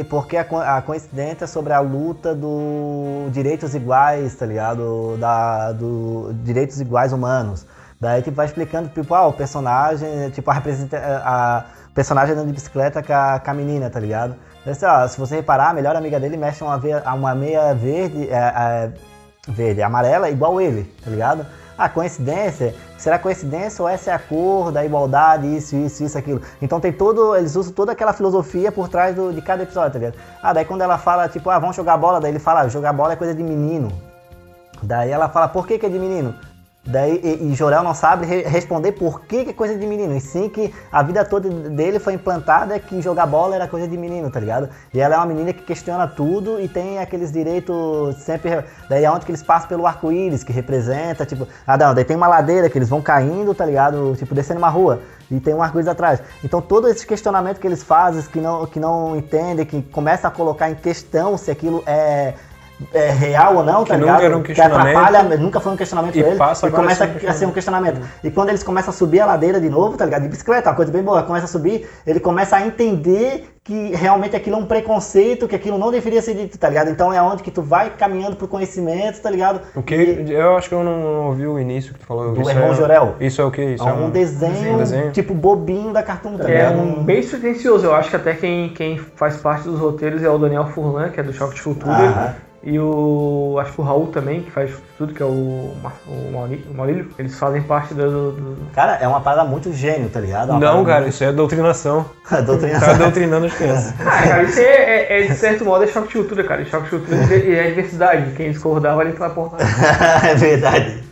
e por que a, co- a coincidência sobre a luta do direitos iguais, tá ligado? Da, do direitos iguais humanos. Daí tipo, vai explicando, tipo, ah, o personagem, tipo, a, representa- a personagem andando de bicicleta com a, com a menina, tá ligado? Daí, sei lá, se você reparar, a melhor amiga dele mexe uma, veia- uma meia verde, é, é, verde, amarela, igual ele, tá ligado? Ah, coincidência? Será coincidência ou essa é a cor da igualdade, isso, isso, isso, aquilo? Então tem todo, eles usam toda aquela filosofia por trás do- de cada episódio, tá ligado? Ah, daí quando ela fala, tipo, ah, vamos jogar bola, daí ele fala, jogar bola é coisa de menino. Daí ela fala, por que que é de menino? Daí, e, e Jorel não sabe re- responder por que que é coisa de menino. E sim que a vida toda dele foi implantada que jogar bola era coisa de menino, tá ligado? E ela é uma menina que questiona tudo e tem aqueles direitos sempre... Daí é onde que eles passam pelo arco-íris, que representa, tipo... Ah, não, daí tem uma ladeira que eles vão caindo, tá ligado? Tipo, descendo uma rua e tem um arco-íris atrás. Então, todos esses questionamentos que eles fazem, que não, que não entendem, que começam a colocar em questão se aquilo é... é real ou não, tá
Que nunca
ligado?
era um
Que
questionamento.
atrapalha ah, mas nunca foi um questionamento
E
pra ele.
passa
e
agora
começa
a ser um
a ser um questionamento. E quando eles começam a subir a ladeira de novo, tá ligado? De bicicleta, uma coisa bem boa. Começa a subir, ele começa a entender que realmente aquilo é um preconceito, que aquilo não deveria ser dito, tá ligado? Então é onde que tu vai caminhando pro conhecimento, tá ligado?
O que?
E-
Eu acho que eu não ouvi o início que tu falou.
Do
Isso
Irmão
é-
Jorel.
Isso é o que?
É
Isso é
um desenho,
um desenho?
tipo bobinho da Cartoon, tá
É
ligado?
um bem tendencioso. Eu acho que até quem, quem faz parte dos roteiros é o Daniel Furlan, que é do Choque de Cultura.
Aham.
E o. Acho que o Raul também, que faz tudo, que é o, Mar- o Mauri- o Maurílio. Eles fazem parte do. do- do-
Cara, é uma parada muito gênio, tá ligado? É uma
Não,
parada
cara, Tá isso é doutrinação.
muito- *laughs*
O
Doutrinação.
cara doutrinando as crianças.
Ah, cara, isso é, é- é, de certo modo é choque de cultura, cara. E choque de *laughs* cultura é de- é diversidade. Quem discordar vai ali pela porta.
*laughs* é verdade.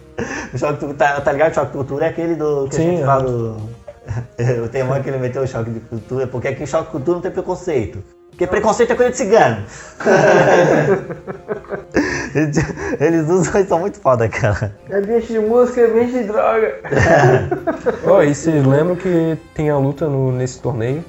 O choque, de- tá, tá ligado? O choque de cultura é aquele do. Que
Sim,
a gente
é.
fala do. *laughs* Eu tenho uma que ele meteu o choque de cultura, porque aqui o choque de cultura não tem preconceito. Porque preconceito é coisa de
*laughs*
cigano. Eles usam, eles são muito foda, cara.
É bicho de música, é bicho de droga.
Ó, e vocês lembram que tem a luta no- nesse torneio?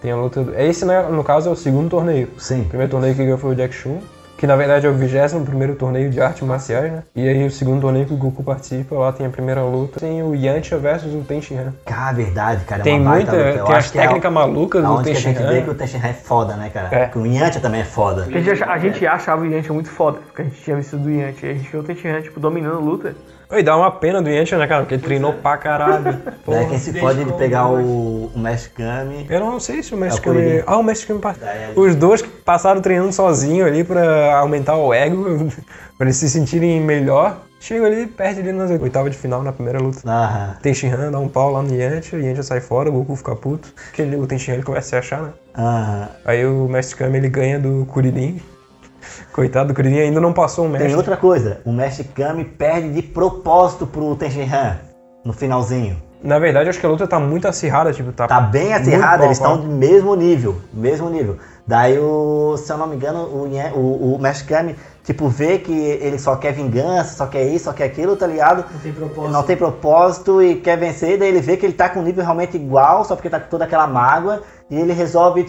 Tem a luta. do- Esse, né, no caso, é o segundo torneio.
Sim.
O primeiro torneio que ganhou foi o Jack Chun, que na verdade é o 21 primeiro torneio de artes marciais, né? E aí o segundo torneio que o Goku participa, lá tem a primeira luta, tem o Yantia versus o Tenshinhan.
Cara, verdade, cara. é
Tem
uma baita
muita,
luta. Eu
tem
acho
as
que é
técnicas malucas do
Aonde que a gente vê que
Tenshinhan.
o Tenshinhan é foda, né, cara?
É.
Que o Yantia também é foda.
A gente, acha- a gente achava o Yantia muito foda, porque a gente tinha visto do Yantia. A gente viu o Tenshinhan, tipo, dominando a luta.
E dá uma pena do Yantia, né, cara? Porque ele treinou pra caralho. Porra.
Daí Né, quem se pode ele pegar o, o Mesh Kami.
Eu não sei se o Mestre
é É o Kuririn.
Kami. Ah, o Mestre Kami passou.
Daí ali.
Os dois que passaram treinando sozinho ali pra aumentar o ego, *laughs* pra eles se sentirem melhor. Chega ali, perde ali nas oitavas de final, na primeira luta.
Aham.
Tem Shinhan, dá um pau lá no Yantia, o Yantia sai fora, o Goku fica puto. Porque ele, o Tenshinhan ele começa a se achar, né?
Aham.
Aí o Mestre Kami ele ganha do Kuririn. Coitado do Kuririn, ainda não passou o
Tem
Mestre.
outra coisa, o Mestre Kami perde de propósito pro Tenshinhan no finalzinho.
Na verdade, acho que a luta tá muito acirrada, tipo, tá...
Tá bem
muito
acirrado,
pau a
eles
pau.
estão do mesmo nível, mesmo nível. Daí, o, se eu não me engano, o, Nhe- o, o Mestre Kami, tipo, vê que ele só quer vingança, só quer isso, só quer aquilo, tá ligado?
Não tem propósito.
Não tem propósito e quer vencer, daí ele vê que ele tá com um nível realmente igual, só porque tá com toda aquela mágoa, e ele resolve,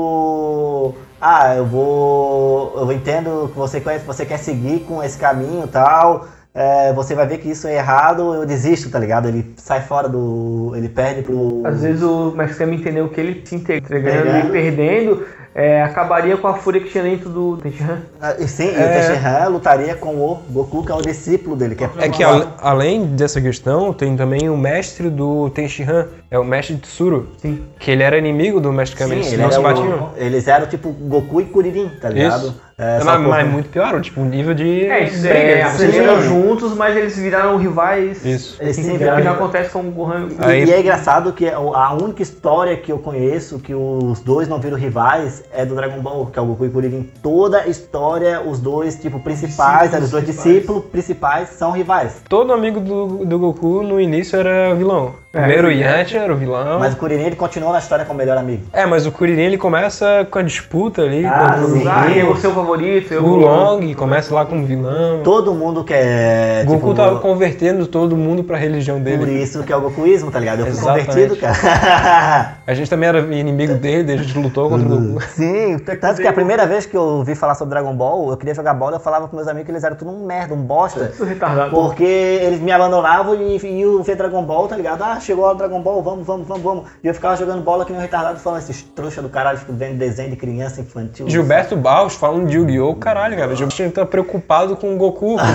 tipo. Ah, eu vou. Eu entendo que você, conhece, você quer seguir com esse caminho e tal. é, você vai ver que isso é errado, eu desisto, tá ligado? Ele sai fora do. Ele perde pro.
Às vezes o Maxim entendeu que ele se entregando
Entregando.
e perdendo é, acabaria com a fúria que tinha dentro do Tenshinhan.
Ah, e Sim,
É.
e o Tenshinhan lutaria com o Goku, que é o discípulo dele. Que é,
É que al- além dessa questão, tem também o mestre do Tenshinhan, é o mestre Tsuru.
Sim.
Que ele era inimigo do mestre Kami,
Sim,
eles
ele
não
era
se
o-
batiam.
eles eram tipo Goku e Kuririn, tá ligado?
Isso.
É, só
mas,
por-
mas é muito pior, tipo, o nível de...
É, isso daí,
briga,
é,
assim.
eles eram juntos, mas eles viraram rivais.
Isso.
Eles se
Sim,
viraram-
que já acontece com o Gohan. ah,
E-
Aí-
E é engraçado que a única história que eu conheço que os dois não viram rivais é do Dragon Ball, que é o Goku e Kuririn. Toda a história, os dois, tipo, principais, eram os dois discípulos principais são rivais.
Todo amigo do, do Goku no início era vilão. Primeiro o Yantia era o vilão.
Mas o Kuririn, ele continuou na história com o melhor amigo.
É, mas o Kuririn ele começa com a disputa ali.
Ah,
com o
sim.
Ah, eu
Goku.
o seu favorito, eu
O Long começa lá como vilão.
Todo mundo quer...
Goku
tipo,
tava convertendo todo mundo pra religião
Por
dele.
isso que é o Gokuísmo, tá ligado? Eu fui
Exatamente.
convertido,
*laughs*
cara.
A gente também era inimigo dele, daí a gente lutou contra o
*laughs*
Goku.
Sim, tanto que a primeira vez que eu ouvi falar sobre Dragon Ball, eu queria jogar bola, eu falava pros meus amigos que eles eram tudo um merda, um bosta.
Retardado.
Porque eles me abandonavam e, e eu ver é Dragon Ball, tá ligado? Ah, ah, chegou a hora do Dragon Ball, vamos, vamos, vamos, vamos. E eu ficava jogando bola que nem um retardado, falando esses trouxa do caralho, ficam vendo desenho de criança infantil. *laughs*
Gilberto Barros falando de Yu-Gi-Oh! Caralho, cara. Gilberto tá preocupado com o Goku, com o Dragon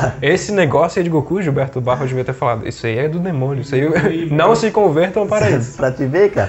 Ball. Esse negócio aí de Goku, Gilberto Barros devia ter falado. Isso aí é do demônio. Isso aí *laughs* não se convertam para isso.
pra te
*laughs*
ver, cara.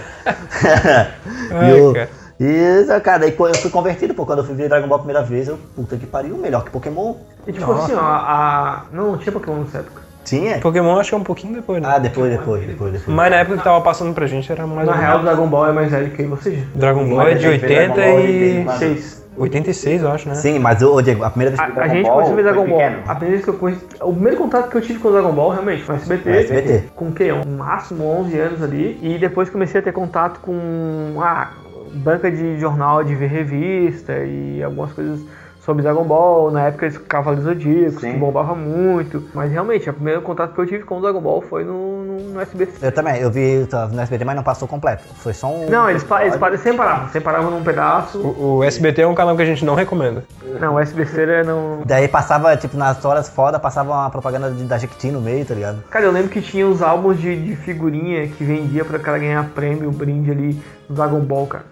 Ai,
e, o-
cara.
Isso, cara, e quando eu fui convertido, pô, quando eu fui ver Dragon Ball a primeira vez, eu, puta que pariu, melhor que Pokémon.
E tipo assim, ó, a. Não, não tinha Pokémon nessa época.
Tinha?
Pokémon acho que é um pouquinho depois, né?
Ah, depois, depois, depois, depois.
Mas na época que tava passando pra gente era mais.
Na
ou menos.
real, o Dragon Ball é mais velho que vocês.
Dragon Ball é de 80 e.
Seis.
86, eu acho, né?
Sim, mas ô, Diego, a primeira vez
A,
que eu vi
a
Dragon
gente
Ball
começou a ver
foi
Dragon Ball.
pequeno.
A primeira vez que eu conheci. O primeiro contato que eu tive com o Dragon Ball realmente foi no SBT.
No SBT.
Com o quê? Um máximo 11 anos ali. E depois comecei a ter contato com. Ah, banca de jornal, de ver revista e algumas coisas. Sobre Dragon Ball, na época eles Cavaleiros Zodíacos,
Sim.
que bombava muito. Mas realmente, o primeiro contato que eu tive com o Dragon Ball foi no, no, no SBT.
Eu também, eu vi tá, no SBT, mas não passou completo. Foi só um.
Não, eles, pa eles param, sempre paravam. Sempre paravam num pedaço.
O, o SBT é um canal que a gente não recomenda.
Não, o SBC era não.
Daí passava, tipo, nas horas foda, passava uma propaganda de- da Jequiti no meio, tá ligado?
Cara, eu lembro que tinha uns álbuns de, de figurinha que vendia pra cara ganhar prêmio, brinde ali do Dragon Ball, cara.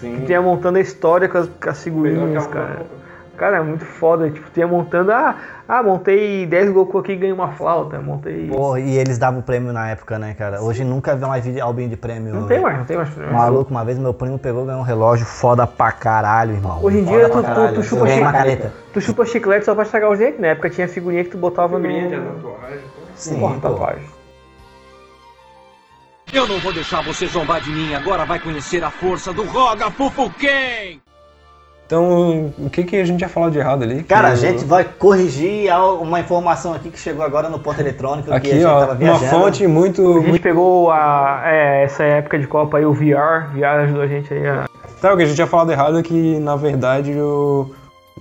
Sim.
Tinha montando a história com as, com as figurinhas,
Melhor que a
cara. Cara, é muito foda. Tipo, tinha montando, ah, ah, montei 10 Goku aqui e ganhei uma flauta. Montei.
Pô, e eles davam prêmio na época, né, cara? Hoje nunca vi mais vídeo albinho de prêmio. Um
Não tem mais, não tem mais.
Maluco, uma vez meu primo pegou e ganhou um relógio foda pra caralho, irmão.
Hoje em dia tu,
Foda pra
tu,
caralho.
tu chupa
Ganhei uma
chiclete.
caneta.
Tu chupa chiclete só pra estragar os dentes. Na época tinha figurinha que tu botava no.
Sim,
Porra,
pô.
tatuagem.
Eu não vou deixar você zombar de mim. Agora vai conhecer a força do Roga Pupuquem.
Então, o que, que a gente ia falar de errado ali?
Cara, a
Que-
gente vai corrigir a- uma informação aqui que chegou agora no ponto eletrônico que a
Aqui,
gente
ó,
tava
uma
viajando.
fonte muito.
A gente pegou a, é, essa época de Copa aí, o VR. VR ajudou a gente aí a.
Tá, o que a gente tinha falado errado é que, na verdade, o,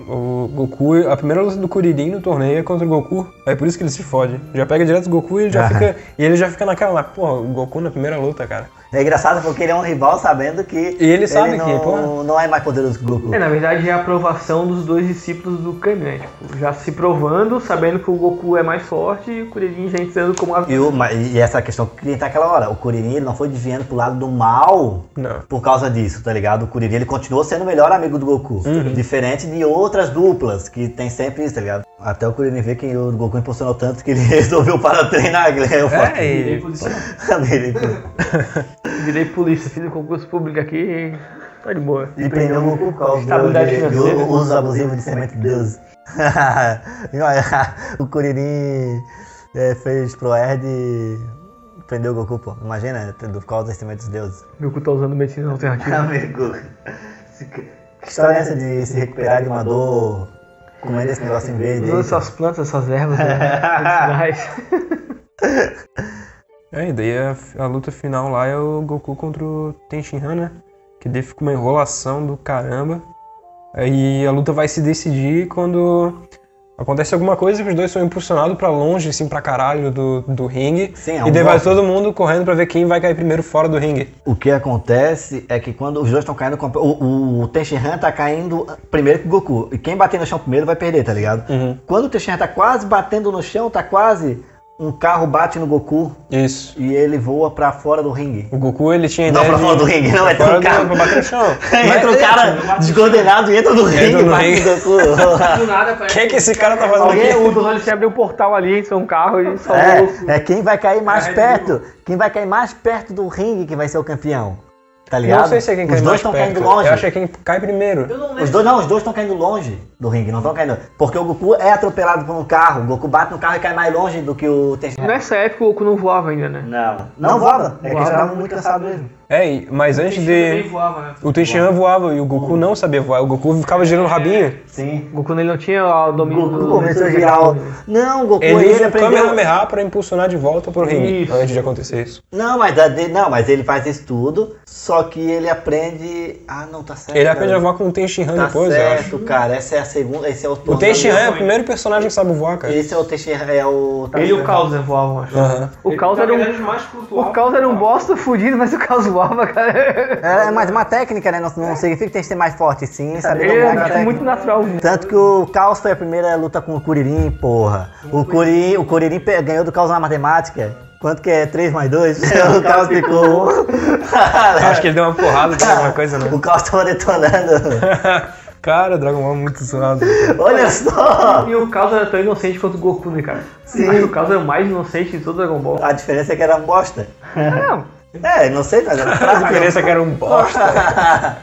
o Goku, a primeira luta do Kuririn no torneio é contra o Goku. É por isso que ele se fode. Já pega direto o Goku e ele já,
Aham.
fica, e ele já fica naquela, lá, porra, o Goku na primeira luta, cara.
É engraçado porque ele é um rival sabendo que.
E ele sabe
não,
que, pô.
não é mais poderoso que o Goku.
É, na verdade é a aprovação dos dois discípulos do Kami, né? Tipo, já se provando, sabendo que o Goku é mais forte e o Kuririn já entrando como a.
E, o- mas- e essa questão que tá aquela hora. O Kuririn ele não foi desviando pro lado do mal
Não.
por causa disso, tá ligado? O Kuririn ele continuou sendo o melhor amigo do Goku. Diferente de outras duplas que tem sempre isso, tá ligado? Até o Kuririn vê que o Goku impulsionou tanto que ele *laughs* resolveu parar de treinar. Eu falo,
É, e,
ele-
Virei polícia, fiz um concurso público aqui e. Tá de boa.
E prendeu o Goku por causa
Estabilidade
do- do
financeira.
uso abusivo de semente de Deus. *laughs* E olha, o Kuririn é, fez pro Erd e prendeu o Goku, pô. Imagina, por causa dos sementes de Deus.
Meu cu tá usando medicina alternativa.
Amigo.
Que história é Uhum. essa de se recuperar de uma dor comendo esse negócio em verde?
Usando essas plantas, essas ervas
*laughs*
né? medicinais.
é, e daí a, a luta final lá é o Goku contra o Tenshinhan, né? Que daí fica uma enrolação do caramba. Aí a luta vai se decidir quando acontece alguma coisa que os dois são impulsionados pra longe, assim, pra caralho do, do ringue.
Sim, é um
e daí vai
golpe.
todo mundo correndo pra ver quem vai cair primeiro fora do ringue.
O que acontece é que quando os dois estão caindo. com- O, o, o Tenshinhan tá caindo primeiro que o Goku. E quem bater no chão primeiro vai perder, tá ligado? Quando o Tenshinhan tá quase batendo no chão, tá quase. Um carro bate no Goku
Isso.
e ele voa pra fora do ringue.
O Goku, ele tinha
Não
ideia
pra
de-
fora do ringue, não, é
fora
tão
do-
caro.
pra bater no chão.
*laughs*
é,
entra o cara descoordenado e entra no ringue,
no
bate
ringue.
no *laughs* Goku.
Do nada,
O que, que esse cara tá fazendo
Alguém,
aqui?
é o do Rolling se abriu um portal ali, são um carro e salvou
É, é quem vai cair mais perto. Quem vai cair mais perto do ringue que vai ser o campeão. Tá ligado?
Não sei se é quem
os
cai
dois
mais
estão
perto.
caindo longe.
Eu acho que é quem cai primeiro.
Os dois, não, os dois estão caindo longe do ringue, não estão caindo. Porque o Goku é atropelado por um carro. O Goku bate no carro e cai mais longe do que o Tenshinhan.
Nessa época o Goku não voava ainda, né?
Não.
Não, voa. É que
voa.
eles estavam muito cansados mesmo.
É, e- mas antes de...
voava, né?
O Tenshinhan voava e o Goku não sabia voar. O Goku ficava girando o
É.
rabinho.
Sim.
Goku ele não tinha o domínio
O Goku
do-
começou a girar o... Não, o Goku
Ele
ele,
usa o
aprendeu...
Kamehameha pra impulsionar de volta pro ringue.
Isso.
Antes de acontecer isso.
Não mas, a de- não, mas ele faz isso tudo, só que ele aprende... Ah, não, tá certo.
Ele
cara.
aprende a voar com o Tenshinhan
Tá
depois, eu acho.
certo, cara. Essa é a segunda... Esse é o...
O Tenshinhan é o primeiro personagem que sabe voar, cara.
Esse é o Tenshinhan, é o...
Ele e o Caos né, voavam, acho.
Aham.
O Caos era um. O Caos era um bosta fudido, mas o Caos voava, cara.
É, é mais uma técnica, né? Não, não significa que tem que ser mais forte, sim. Saber
Ele
dominar
era
a
tipo,
técnica.
muito natural.
Tanto que o Caos foi a primeira luta com o Kuririn, porra. O Kuririn, o Kuririn pe- ganhou do Caos na matemática. Quanto que é? 3 mais 2? *laughs* o Caos ficou um. Tá.
Acho que ele deu uma porrada de alguma coisa, né?
O Caos tava detonando.
*laughs* Cara, Dragon Ball é muito zoado.
Olha só!
E o Caos era tão inocente quanto o Goku, né, cara?
Sim.
Acho que o Caos é o mais inocente de todo Dragon Ball. É,
A diferença é que era bosta.
Não,
É, não sei, mas era
A
fraco.
diferença é que era um bosta.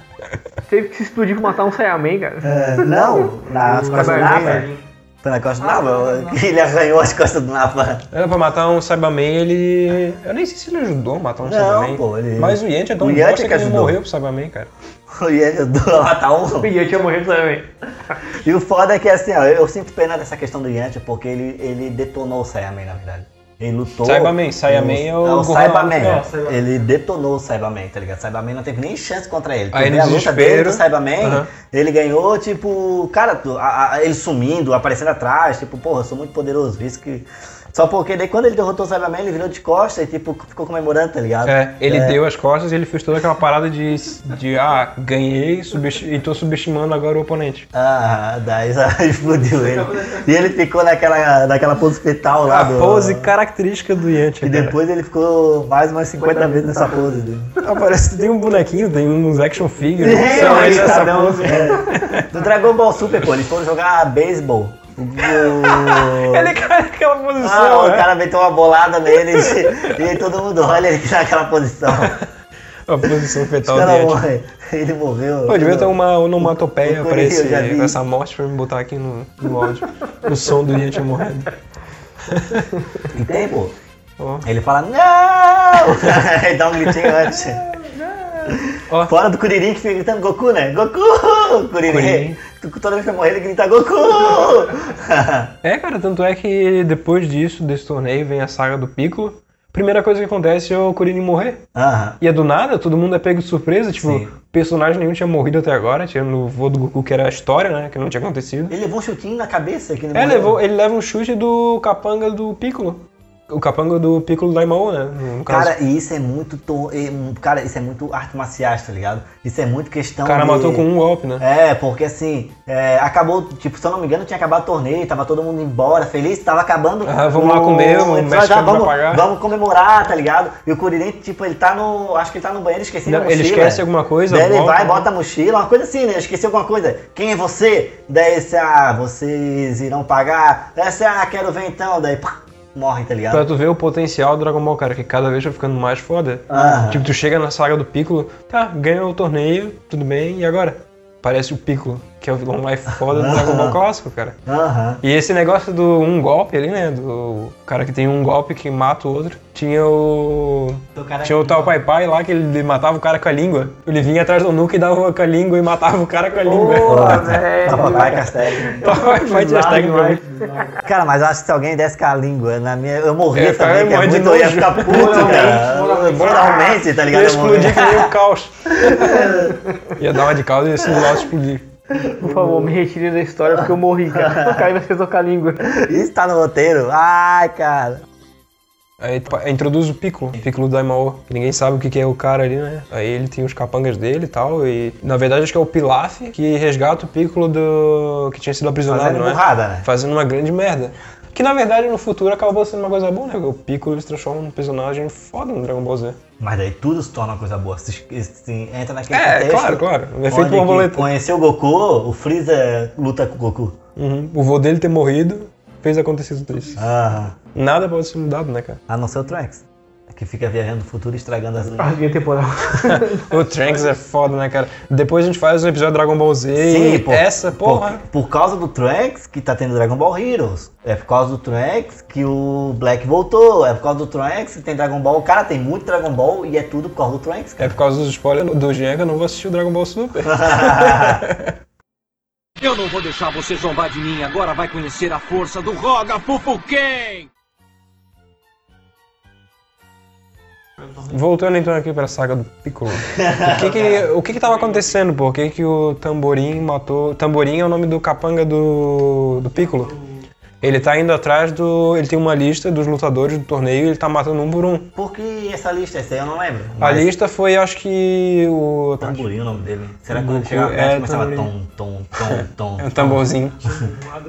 teve que se explodir pra matar um Saiyaman, cara.
É, não, nas costas do Napa.
Cabernet.
Foi na costa do Napa? *laughs* Ele arranhou as costas do Napa. *laughs*
Era pra matar um Cyberman, ele. Eu nem sei se ele ajudou a matar um
Não,
Cyberman.
pô, ele-
Mas o Yanti é tão
O Yanti
bosta
que
que, ele
ajudou.
morreu pro Cyberman, cara.
O Ian ajudou a matar um.
E eu tinha morrido pro Saiyaman.
E o foda é que assim, ó, eu sinto pena dessa questão do Yantia, porque ele, ele detonou o Saiyaman, na verdade. Ele lutou.
Saibaman, Saiyaman é o
Não,
Gohan
Saibaman.
lá no final.
Saibaman. Ele detonou o Saibaman, tá ligado? Saibaman não teve nem chance contra ele. Tu
Aí
vê
no
a luta
desespero-
dele do Saibaman,
Aham.
ele ganhou, tipo, cara, tu- a- a- ele sumindo, aparecendo atrás, tipo, porra, eu sou muito poderoso, isso que. Só porque daí quando ele derrotou o Saibaman, ele virou de costas e, tipo, ficou comemorando, tá ligado?
É, ele deu as costas e ele fez toda aquela parada de, de ah, ganhei subesti- e tô subestimando agora o oponente.
Ah, daí já *laughs* explodiu ele. E ele ficou naquela, naquela pose fetal lá
A
do.
pose característica do Yanti.
E depois ele ficou mais umas 50 vezes nessa pose né? dele.
*laughs* Aparece que tem um bonequinho, tem uns action figures.
É,
são
é,
eles nessa
cada um-
pose.
é. Do Dragon Ball Super, pô, eles foram jogar beisebol.
*laughs*
O-
Ele cai naquela posição.
Ah, o
né?
cara meteu uma bolada nele e aí todo mundo olha ele *laughs*
*laughs*
naquela posição.
A posição
O
fetal do tipo,
cara
Yanti.
morre. Ele morreu.
Pô, devia ter um- uma
O-
onomatopeia
o
pra, esse-
Coringa, eu já vi.
pra essa morte pra me botar aqui no, no áudio. o som do Yanti morrendo.
E tem, pô.
Ó.
Ele fala, não! *laughs* Ele dá um
*laughs*
gritinho antes.
Ó.
Fora do Kuririn que fica gritando Goku, né? Goku! Kuririn.
Kuririn.
Tu Toda vez que eu morrer ele grita Goku! *laughs*
É, cara, tanto é que depois disso, desse torneio, vem a saga do Piccolo. Primeira coisa que acontece é o Kuririn morrer.
Aham.
E é do nada, todo mundo é pego de surpresa, tipo,
Sim.
personagem nenhum tinha morrido até agora, tirando o voo do Goku, que era a história, né, que não tinha acontecido.
Ele levou um chutinho na cabeça que ele
É,
morreu.
levou, ele leva um chute do capanga do Piccolo. O capanga do Piccolo Daimao, né, no caso.
Cara, e isso é muito. To... é, um- Cara, isso é muito arte marciais, tá ligado? Isso é muito questão.
o cara
de-
matou com um golpe, né.
É, porque assim, é, acabou, tipo, se eu não me engano, tinha acabado o torneio, tava todo mundo embora, feliz, tava acabando.
Ah, vamos lá comer, o
episódio,
mestre
ah,
vai
vamos,
pagar.
vamos comemorar, tá ligado? E o Kuririn, tipo, ele tá no. Acho que ele tá no banheiro esquecendo
Não,
a mochila.
ele esquece alguma coisa,
Daí ele
volta,
vai,
né?
bota a mochila, uma coisa assim, né? Esqueceu alguma coisa. Quem é você? Daí esse, ah, vocês irão pagar. Essa, ah, quero ver então. Daí, pá, morre, tá ligado?
Pra tu ver o potencial do Dragon Ball, cara, que cada vez vai ficando mais foda.
Aham.
Tipo, tu chega na saga do Piccolo, tá, ganha o torneio, tudo bem, e agora? Parece o Piccolo, que é o vilão mais foda do Dragon Ball clássico, cara.
Aham.
E esse negócio do um golpe ali, né, do cara que tem um golpe que mata o outro, tinha o...
Então, cara,
Tinha o tal Pai Pai lá que ele matava o cara com a língua. Ele vinha atrás do nuca e dava com a língua e matava o cara com a língua.
*laughs* Porra, velho.
*laughs* Papai Castelo.
Tal
*laughs*
Pai Pai de hashtag pra mim.
Cara, mas eu acho que se alguém desse com a língua na minha. Eu morria
Eu ia
também, que é
morrer de
muito, eu ia
tá, nojo.
ficar puto, cara.
Moralmente,
Moralmente, tá ligado?
Ia
Eu morria.
explodir que nem o
*laughs*
caos. ia dar uma de caos e esse negócio explodir.
Por favor, me retire da história porque eu morri, *laughs* cara. O cara vai se tocar a língua.
Isso tá no roteiro. Ai, cara.
Aí tu pa- introduz o Piccolo, Piccolo Daimao. que Ninguém sabe o que que é o cara ali, né? Aí ele tem os capangas dele e tal. E na verdade acho que é o Pilaf que resgata o Piccolo do. que tinha sido aprisionado,
Fazendo
não é?
burrada, né?
Fazendo uma grande merda. Que na verdade no futuro acabou sendo uma coisa boa, né? O Piccolo se transforma num personagem foda no Dragon Ball Z.
Mas daí tudo se torna uma coisa boa. Se, se entra naquele
É,
contexto.
claro, claro. O efeito
onde que
borboleta.
Conhecer o Goku, o Freeza luta com o Goku.
Uhum. O vô dele ter morrido fez acontecer tudo isso.
Ah,
Nada pode ser mudado, né,
*laughs*
cara?
a não ser o Trunks. Que fica viajando no futuro e estragando
*laughs*
as
A é linha temporal. né?
O Trunks é foda, né, cara? Depois a gente faz um episódio de Dragon Ball Z e
pô.
essa, porra.
Por, por causa do Trunks que tá tendo Dragon Ball Heroes. É por causa do Trunks que o Black voltou. É por causa do Trunks que tem Dragon Ball. Cara, tem muito Dragon Ball e é tudo por causa do Trunks, cara.
É por causa dos spoilers do Jean que eu não vou assistir o Dragon Ball Super. *laughs*
Eu não vou deixar você zombar de mim. Agora vai conhecer a força do Roga Fufuken.
Voltando então aqui pra saga do Piccolo. O que que, o que, que tava acontecendo, pô? Por que que o Tamborim matou... Tamborim é o nome do capanga do, do Piccolo. Ele tá indo atrás do. Ele tem uma lista dos lutadores do torneio e ele tá matando um por um.
Por que essa lista? Essa aí eu não lembro.
A
Mas-
lista foi, acho que. o.
Tamborim o nome dele. Será que
Goku,
quando chegava perto
é,
começava tom,
tamborim.
tom,
*laughs*
tom, tom?
É um tamborzinho.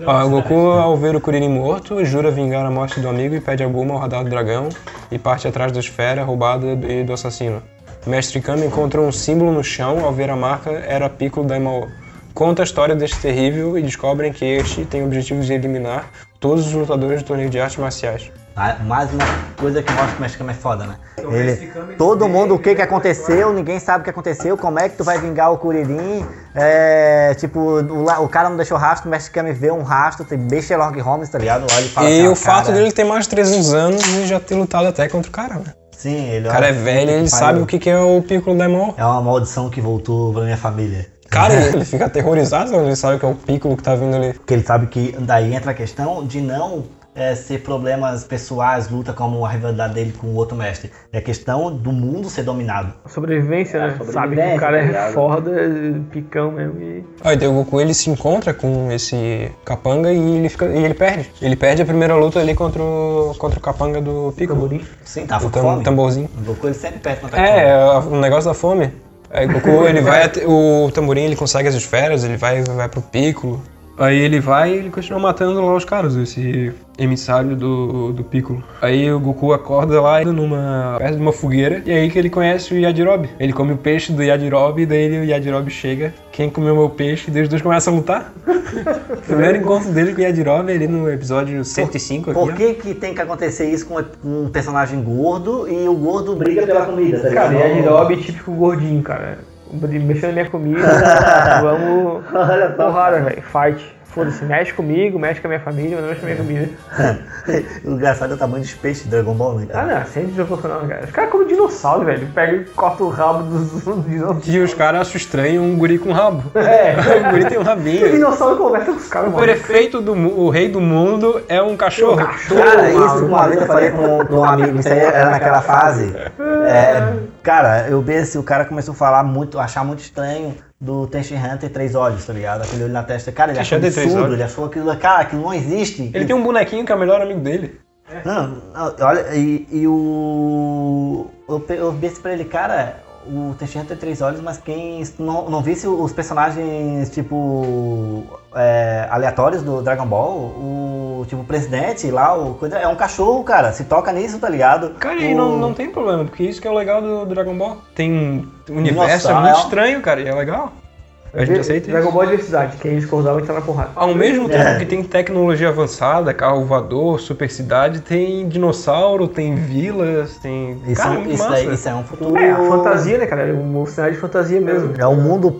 Ó, Goku, ao ver o Kuririn morto, jura vingar a morte do amigo e pede a Bulma ao radar do dragão e parte atrás da esfera roubada do- e do assassino. Mestre Kami encontrou um símbolo no chão ao ver a marca era Piccolo Daimao. Conta a história deste terrível e descobrem que este tem o objetivo de eliminar todos os lutadores do torneio de artes marciais.
Ah, Mais uma coisa que mostra que o mexicano é foda, né? Ele, é todo mundo, o que que aconteceu, ninguém sabe o que aconteceu, como é que tu vai vingar o Kuririn? É, tipo, o, la- o cara não deixou rastro, o mexicano vê um rastro, tem bem Sherlock Holmes, tá ligado? Olha e fala assim,
E
ó,
o fato
cara-
dele ter mais de 300 anos e já ter lutado até contra o cara, né?
Sim, ele
O cara
olha,
é velho,
puta
ele
que
sabe
pariu.
o que que é o Piccolo Daimao.
É uma maldição que voltou pra minha família.
*laughs* Cara, ele fica aterrorizado quando ele sabe que é o Piccolo que tá vindo ali.
Porque ele sabe que daí entra a questão de não é, ser problemas pessoais, luta como a rivalidade dele com o outro mestre. É questão do mundo ser dominado.
*laughs* Sobrevivência, né? Sabe que o
sobrevivência,
cara
tá
é
ligado?
foda, é picão mesmo e.
Aí daí o Goku ele se encontra com esse capanga e ele, fica, e ele perde. Ele perde a primeira luta ali contra o, contra o capanga do Piccolo.
Sim, tava
O
com
tam-
fome.
tamborzinho.
O Goku ele sempre perde contra a
É, a- o negócio da fome. Aí o Goku ele *laughs* vai até, O tamborim ele consegue as esferas, ele vai, vai pro Piccolo. Aí ele vai e ele continua matando lá os caras, esse emissário do, do Piccolo. Aí o Goku acorda lá numa, perto de uma fogueira, e aí que ele conhece o Yajirobe. Ele come o peixe do Yajirobe, e daí ele- o Yajirobe chega, quem comeu meu peixe, daí os dois começam a *laughs* lutar. Primeiro encontro dele com o Yajirobe ali no episódio 105 é, aqui. né?
Por
ó.
que, que tem que acontecer isso com com um personagem gordo e o gordo briga
Briga pela comida, tá
Cara,
ligado?
e a Jirobe é típico gordinho, cara. Mexendo na
*laughs*
minha comida, vamos.
Olha só,
Porrada, velho. Fight. Foda-se, mexe comigo, mexe com a minha família, mas não mexe com a minha comida.
o *laughs* engraçado é o tamanho dos peixes de Dragon Ball, né,
Ah,
cara?
não, sem desproporcional, cara. Os caras comem dinossauro, velho. Pega e corta o rabo dos dos dinossauros.
E os caras acham estranho um guri com rabo.
É,
o guri tem *laughs* um
o
*laughs* rabinho.
dinossauro conversa com os caras,
O
mano.
prefeito do mu- o rei do mundo é um cachorro. é
Cara, isso uma vez eu falei com, com um amigo, isso aí era naquela fase. É, cara, eu vi assim, o cara começou a falar muito, achar muito estranho do Tenchi Hunter Três Olhos, tá ligado? Aquele olho na testa. Cara, ele
Tenshin
achou
Hunter Três
absurdo,
Olhos?
ele achou aquilo, cara, aquilo não existe.
Ele tem um bonequinho que é o melhor amigo dele.
Não, não, olha, e, e o. Eu, pe- eu disse pra ele, cara, o Teixeira tem três olhos, mas quem não, não visse os personagens, tipo. é, aleatórios do Dragon Ball, o tipo o presidente lá, o coisa, é um cachorro, cara. Se toca nisso, tá ligado?
Cara, e
O-
não, não tem problema, porque isso que é o legal do Dragon Ball. Tem um universo,
Nossa,
é muito
é um-
estranho, cara, e é legal. A gente aceita
Dragon
isso.
Ball é diversidade. Quem discordava tá na porrada.
Ao mesmo tempo que tem tecnologia avançada, carro voador, super cidade, tem dinossauro, tem vilas, tem.
Isso,
cara, é
é,
muito
isso,
massa.
daí, isso é um futuro.
É, a fantasia, né, cara? Um cenário de fantasia mesmo.
É um mundo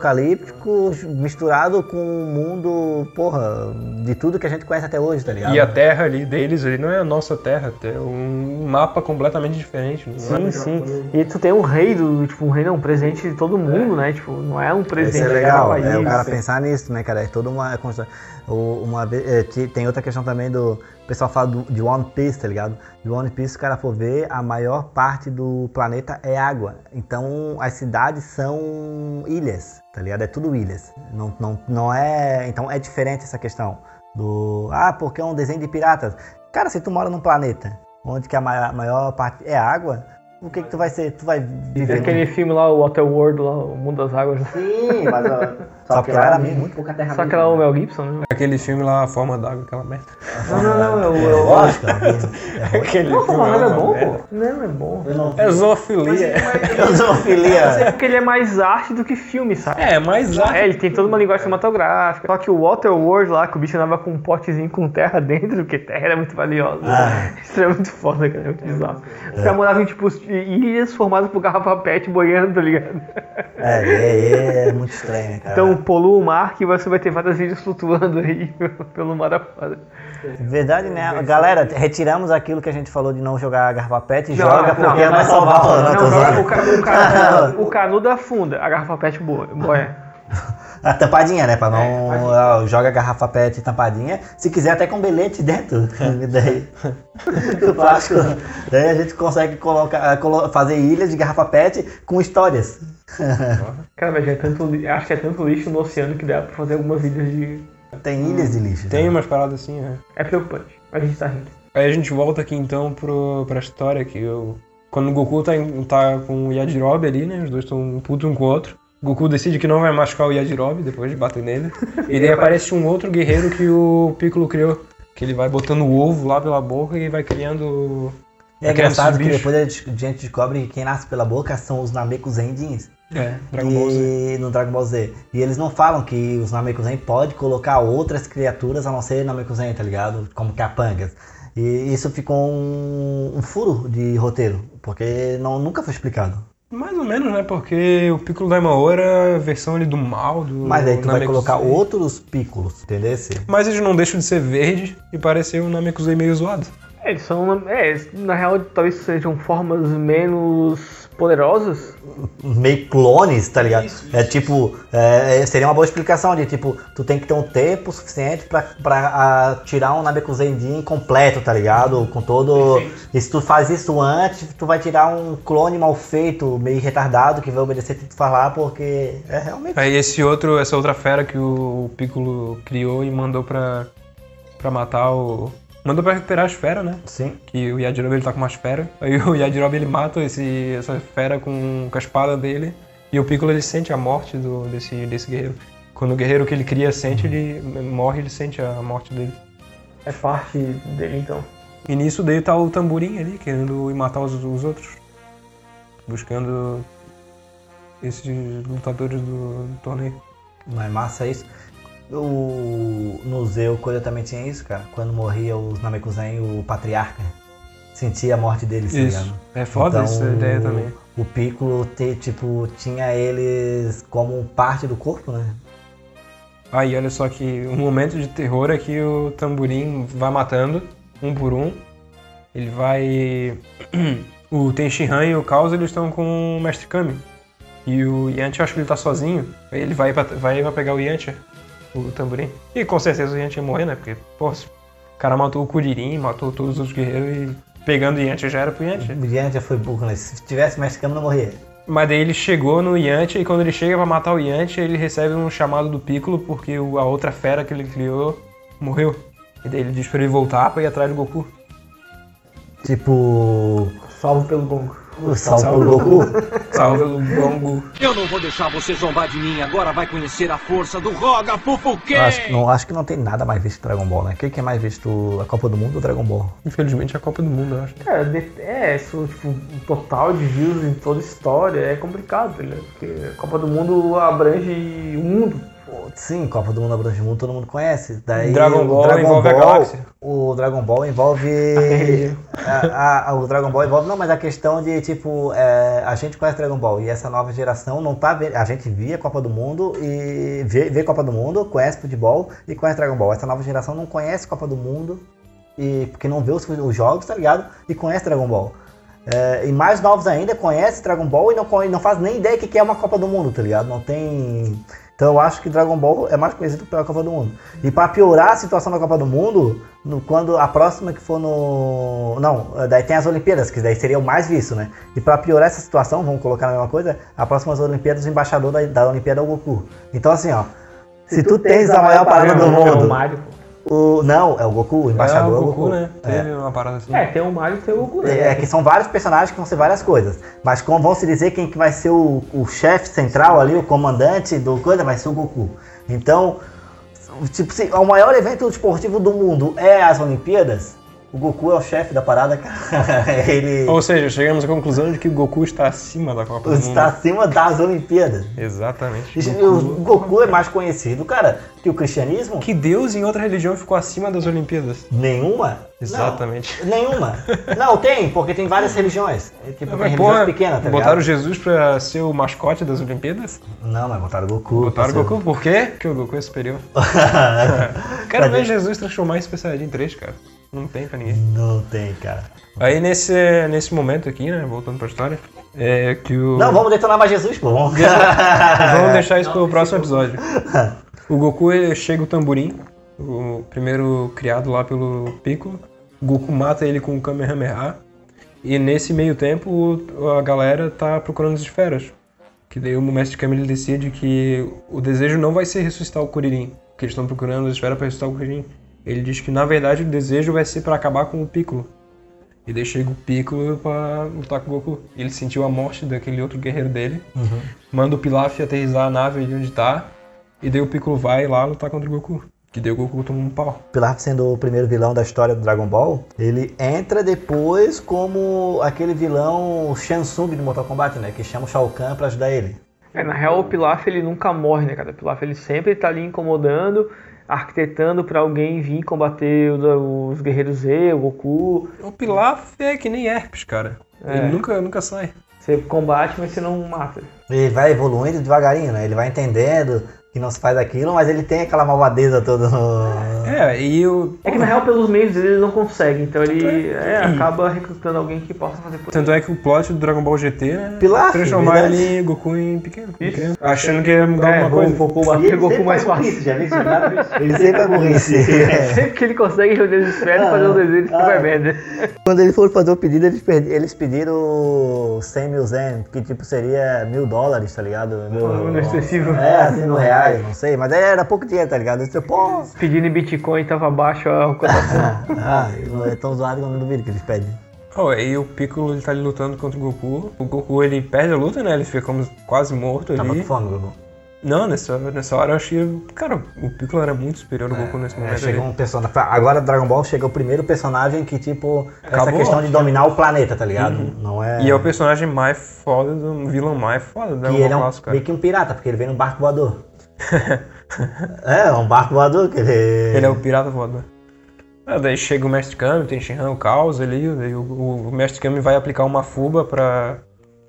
pós-apocalíptico misturado com um mundo, porra, de tudo que a gente conhece até hoje, tá ligado?
E a terra ali deles ali não é a nossa terra, é um mapa completamente diferente. Não é?
Sim, sim. E tu tem um rei do, tipo, um rei não, um presidente de todo mundo, né? Tipo, não é um
Isso
presidente
é
de
legal,
cada
é, o
país.
cara pensar nisso, né, cara? É toda uma constante. Uma, ve- é, ti- tem outra questão também do. O pessoal fala do, de One Piece, tá ligado? De One Piece, se o cara for ver, a maior parte do planeta é água. Então as cidades são ilhas, tá ligado? É tudo ilhas. Não, não, não é. Então é diferente essa questão do. Ah, porque é um desenho de piratas. Cara, se tu mora num planeta onde que a ma- maior parte é água, o que que tu vai ser? Tu vai
Tem
viver num
aquele filme lá, o Hotel World, lá, o Mundo das Águas. lá.
Sim, mas ó,
*laughs* Só que lá era meio-
muito é pouca terra.
Só que lá o Mel Gibson, né?
Aquele filme lá, a forma d'água, aquela merda.
Não, não, não, é
É,
o.
lógico, é
*laughs* Aquele
Não,
filme lá uma
Formador é
merda.
bom, pô. Não, é bom.
É zoofilia.
Zoofilia.
É porque ele é mais arte do que filme, sabe?
É, mas a...
É, ele tem toda uma linguagem cinematográfica. Só que o Waterworld lá, que o bicho andava com um potezinho com terra dentro, porque terra era muito valiosa. Isso é muito foda, cara. É muito bizarro. Os caras moravam em, tipo, ilhas formadas por garrafa pet boiando, tá ligado?
É, é, é muito estranho, né, cara.
Então polua o mar que você vai ter várias ilhas flutuando aí *laughs* pelo mar afora.
Verdade, né? Galera, retiramos aquilo que a gente falou de não jogar garrafa pet.
Não,
joga
não,
porque é
não,
vai
não,
salvar o
Não,
planeta.
joga
Não,
o, ca- o canudo, o canudo afunda, a garrafa pet boa. boia.
A tampadinha,
É,
né? Pra não. ó, joga garrafa pet tampadinha. Se quiser, até com bilhete
*laughs*
dentro. Daí. O plástico. Daí a gente consegue colocar, ah, colo- fazer ilhas de garrafa pet com histórias.
Cara, mas é tanto, li- acho que é tanto lixo no oceano que dá pra fazer algumas ilhas de.
Tem ilhas de lixo.
Tem
né?
umas paradas assim, né?
É preocupante, mas a gente tá rindo.
Aí a gente volta aqui então pro, pra história que eu. Quando o Goku tá, em- tá com o Yajirobe ali, né? Os dois estão um puto um com o outro. O Goku decide que não vai machucar o Yajirobe depois de bater
*laughs*
nele. E daí aparece um outro guerreiro que o Piccolo criou. Que ele vai botando o ovo lá pela boca e vai criando.
E é
vai criando esses
engraçado que
bichos.
depois a gente a gente descobre que quem nasce pela boca são os Namekusendins.
É, Dragon Ball Z.
E no Dragon Ball Z. E eles não falam que os Namekusen pode colocar outras criaturas a não ser Namekusen, tá ligado? Como capangas. E isso ficou um, um furo de roteiro, porque não, nunca foi explicado.
Mais ou menos, né? Porque o Piccolo da Imaora é a versão ali do mal, do.
Mas aí tu vai
Namekusei.
colocar outros pícolos, entendeu?
Mas eles não deixam de ser verde e parecer um o Namekusei meio zoado.
É, eles são. É, eles, na real, talvez sejam formas menos poderosas.
Meio clones, tá ligado? é tipo, é, é, seria uma boa explicação de tipo, tu tem que ter um tempo suficiente pra, pra ah, tirar um Namekusendin completo, tá ligado? Com todo. E se tu faz isso antes, tu vai tirar um clone mal feito, meio retardado, que vai obedecer tudo que tu falar, porque é realmente.
Aí esse outro, essa outra fera que o Piccolo criou e mandou pra, pra matar o... Mandou pra recuperar as feras, né?
Sim.
Que o Yajirobe ele tá com umas feras. Aí o Yajirobe ele mata esse, essa fera com, com a espada dele. E o Piccolo ele sente a morte do, desse, desse guerreiro. Quando o guerreiro que ele cria sente, ele morre, ele sente a morte dele.
É parte dele, então.
E nisso daí tá o tamborim ali, querendo ir matar os, os outros. Buscando esses lutadores do, do torneio.
Mas massa é isso. O, no Zeu Koda também tinha isso, cara. Quando morria os Namekusen, o patriarca sentia a morte deles, tá
Isso.
ligado?
É foda
Então,
essa ideia também.
O Piccolo te, tipo, tinha eles como parte do corpo, né?
Aí, olha só que um momento de terror é que o tamborim vai matando, um por um. Ele vai. *clears throat* o Tenshinhan e o Kaos eles estão com o Mestre Kami. E o Yantia, eu acho que ele tá sozinho. Aí ele vai pra, vai pra pegar o Yantia, o tamborim. E com certeza o Yantia ia morrer, né? Porque, pô, se o cara matou o Kuririn, matou todos os outros guerreiros e pegando o Yantia já era pro Yantia.
O Diante já foi burro, né? Se tivesse mais câmera, não morria.
Mas daí ele chegou no Yantia e quando ele chega pra matar o Yantia, ele recebe um chamado do Piccolo porque o- a outra fera que ele criou morreu. E daí ele diz pra ele voltar pra ir atrás do Goku.
Tipo,
Salvo pelo Gongo.
o Salvo
*laughs*
Goku.
Salve o Gongo.
Eu não vou deixar você zombar de mim, agora vai conhecer a força do Roga Pupuque!
Eu acho, que não, acho que não tem nada mais visto que Dragon Ball, né? O que, que é mais visto? A Copa do Mundo ou Dragon Ball?
Infelizmente é a Copa do Mundo, eu acho.
Cara, de- é, isso, tipo, o total de views em toda a história é complicado, né? Porque a Copa do Mundo abrange o mundo.
Pô, Sim, Copa do Mundo abrange o mundo, todo mundo conhece. Daí,
Dragon
o
Ball envolve a galáxia.
O Dragon
*laughs*
Ball envolve. a- a- o Dragon Ball envolve. Não, mas a questão de, tipo, é, a gente conhece Dragon Ball e essa nova geração não tá vendo. A gente via Copa do Mundo e. Vê, vê Copa do Mundo, conhece futebol e conhece Dragon Ball. Essa nova geração não conhece Copa do Mundo e porque não vê os, os jogos, tá ligado? E conhece Dragon Ball. É, e mais novos ainda conhece Dragon Ball e não, conhe- não faz nem ideia o que que é uma Copa do Mundo, tá ligado? Não tem. Então eu acho que Dragon Ball é mais conhecido pela Copa do Mundo. E pra piorar a situação da Copa do Mundo, no- quando a próxima que for no. Não, daí tem as Olimpíadas, que daí seria o mais visto, né? E pra piorar essa situação, vamos colocar na mesma coisa, a próxima é as Olimpíadas, o embaixador da, da Olimpíada é o Goku. Então assim, ó. Se, tu, tens a maior parada do
É o
mundo.
Mario, pô.
O, não, é o Goku, o embaixador
é o Goku, né?
É.
Teve uma parada assim.
É, tem o Mario e tem o Goku, né?
É, que são vários personagens que vão ser várias coisas. Mas como vão se dizer quem que vai ser o, o chefe central ali, o comandante do coisa, vai ser o Goku. Então, tipo, se o maior evento esportivo do mundo é as Olimpíadas, o Goku é o chefe da parada, cara. *laughs* Ele
Ou seja, chegamos à conclusão de que o Goku está acima da Copa do
está
Mundo.
acima das Olimpíadas.
Exatamente.
O Goku é mais conhecido, cara, que o cristianismo?
Que Deus em outra religião ficou acima das Olimpíadas.
Nenhuma?
Exatamente.
Não, *laughs* nenhuma. Não, tem, porque tem várias religiões. É, Tipo, tem
Mas,
religiões
porra,
pequenas, tá
botaram
ligado?
Jesus pra ser o mascote das Olimpíadas?
Não, mas botaram o Goku.
Botaram o
parceiro.
Goku, por quê? Porque o Goku é superior. Quero ver Jesus transformar esse personagem em 3, cara. Não tem pra ninguém.
*laughs* Não tem, cara.
Aí nesse, nesse momento aqui, né? Voltando pra história, é que o.
Não, vamos detonar mais Jesus, pô.
*laughs*
Vamos.
Vamos deixar isso pro próximo episódio. O Goku ele chega o tamborim, o primeiro criado lá pelo Piccolo. O Goku mata ele com o Kamehameha. E nesse meio tempo o- a galera tá procurando as esferas. Que Que daí o mestre Kami ele decide que o desejo não vai ser ressuscitar o Kuririn, que eles estão procurando a esfera para ressuscitar o Kuririn. Ele diz que na verdade o desejo vai ser para acabar com o Piccolo. E daí chega o Piccolo pra lutar com o Goku. Ele sentiu a morte daquele outro guerreiro dele. Manda o Pilaf aterrissar a nave ali onde tá. E daí o Piccolo vai lá lutar contra o Goku. Que daí o Goku toma um pau.
Pilaf sendo o primeiro vilão da história do Dragon Ball, ele entra depois como aquele vilão Shansung do Mortal Kombat, né? Que chama o Shao Kahn pra ajudar ele.
É, na real, o Pilaf ele nunca morre, né, cara? O Pilaf ele sempre tá ali incomodando, arquitetando pra alguém vir combater o- os guerreiros Z, o Goku.
O Pilaf é que nem herpes, cara. Ele nunca, nunca sai.
Você combate, mas você não mata.
Ele vai evoluindo devagarinho, né? Ele vai entendendo que não se faz aquilo, mas ele tem aquela malvadeza toda no...
É, e o.
É que na real, pelos meios dele, ele não consegue, então ele é, acaba recrutando alguém que possa fazer por ele.
Tanto é que o plot do Dragon Ball GT é
Pilaf,
transformar
verdade.
ele em Goku em pequeno.
Isso.
pequeno. Achando que ia mudar
É,
alguma
vou-
coisa.
vou- vou
E
bater
ele
o Goku
sempre
mais
faz
fácil.
isso, já viu? Você já viu isso?
Ele sempre aborrecer.
*laughs* Sempre que ele consegue reunir os esferas e fazer um desenho de Superman, né?
*laughs* Quando eles foram fazer o pedido, eles, perdi- eles pediram 100 mil zen, que tipo seria mil dólares, tá ligado? Mil-
Não é excessivo.
É, 100 mil reais, não sei, mas era pouco dinheiro, tá ligado? Eles disseram, pô,
Pedindo em Bitcoin, tava um baixo
*laughs*
a cotação.
ah, é tão zoado que eu não duvido que eles pedem.
Oh, aí o Piccolo ele tá ali lutando contra o Goku. O Goku ele perde a luta, né? Ele fica como quase morto
Tava
ali.
com fome, Goku.
Não, nessa, nessa hora eu achei. Cara, o Piccolo era muito superior ao Goku nesse
É,
tá
momento.
chegou
ali.
um personagem. Agora Dragon Ball chegou o primeiro personagem que, tipo, essa
Acabou.
questão de dominar o planeta, tá ligado?
Uhum.
Não é.
E é o personagem mais foda, do- um vilão mais foda do
E
Dragon
ele é
Ball
um,
Clássico,
meio
cara.
que um pirata, porque ele vem num barco voador. *laughs* é, é um barco voador que ele.
Ele é o pirata foda. Ah, daí chega o Mestre Kami, tem Shinhan, o Caos ali, daí o, o- o Mestre Kami vai aplicar uma fuba pra,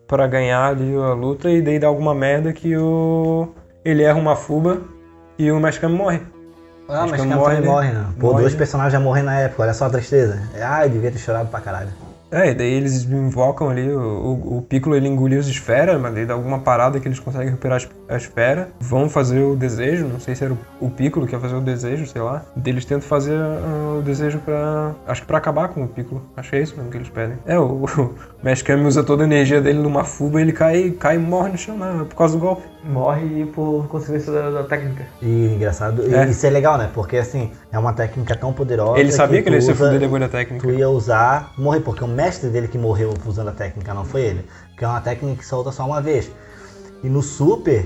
pra ganhar ali a luta e daí dá alguma merda que o. ele erra uma fuba e o Mestre Kami morre.
Ah,
Acho
mas
que
Campos
morre,
morre,
né?
morre, não. Pô,
Morre,
dois
né?
personagens já morreram na época, olha só a tristeza. Ai, devia ter chorado pra caralho.
É, e daí eles invocam ali, o, o, o Piccolo ele engoliu as esferas, mas daí dá alguma parada que eles conseguem recuperar as- a esfera. Vão fazer o desejo, não sei se era o, o Piccolo que ia fazer o desejo, sei lá. Daí Eles tentam fazer ah, o desejo pra. Acho que pra acabar com o Piccolo. Acho que é isso mesmo que eles pedem. É, o, *laughs* o Mesh Kami usa toda a energia dele numa fuba ele cai, cai e morre no chão, né? Por causa do golpe.
Morre por consequência da, da técnica.
E engraçado, e
É.
isso é legal, né? Porque assim, é uma técnica tão poderosa.
ele sabia que, ele ia
tu
se
usa-
fuder depois da técnica.
Tu ia usar, morrer, porque o mestre dele que morreu usando a técnica não foi ele. Que é uma técnica que solta só uma vez. E no super,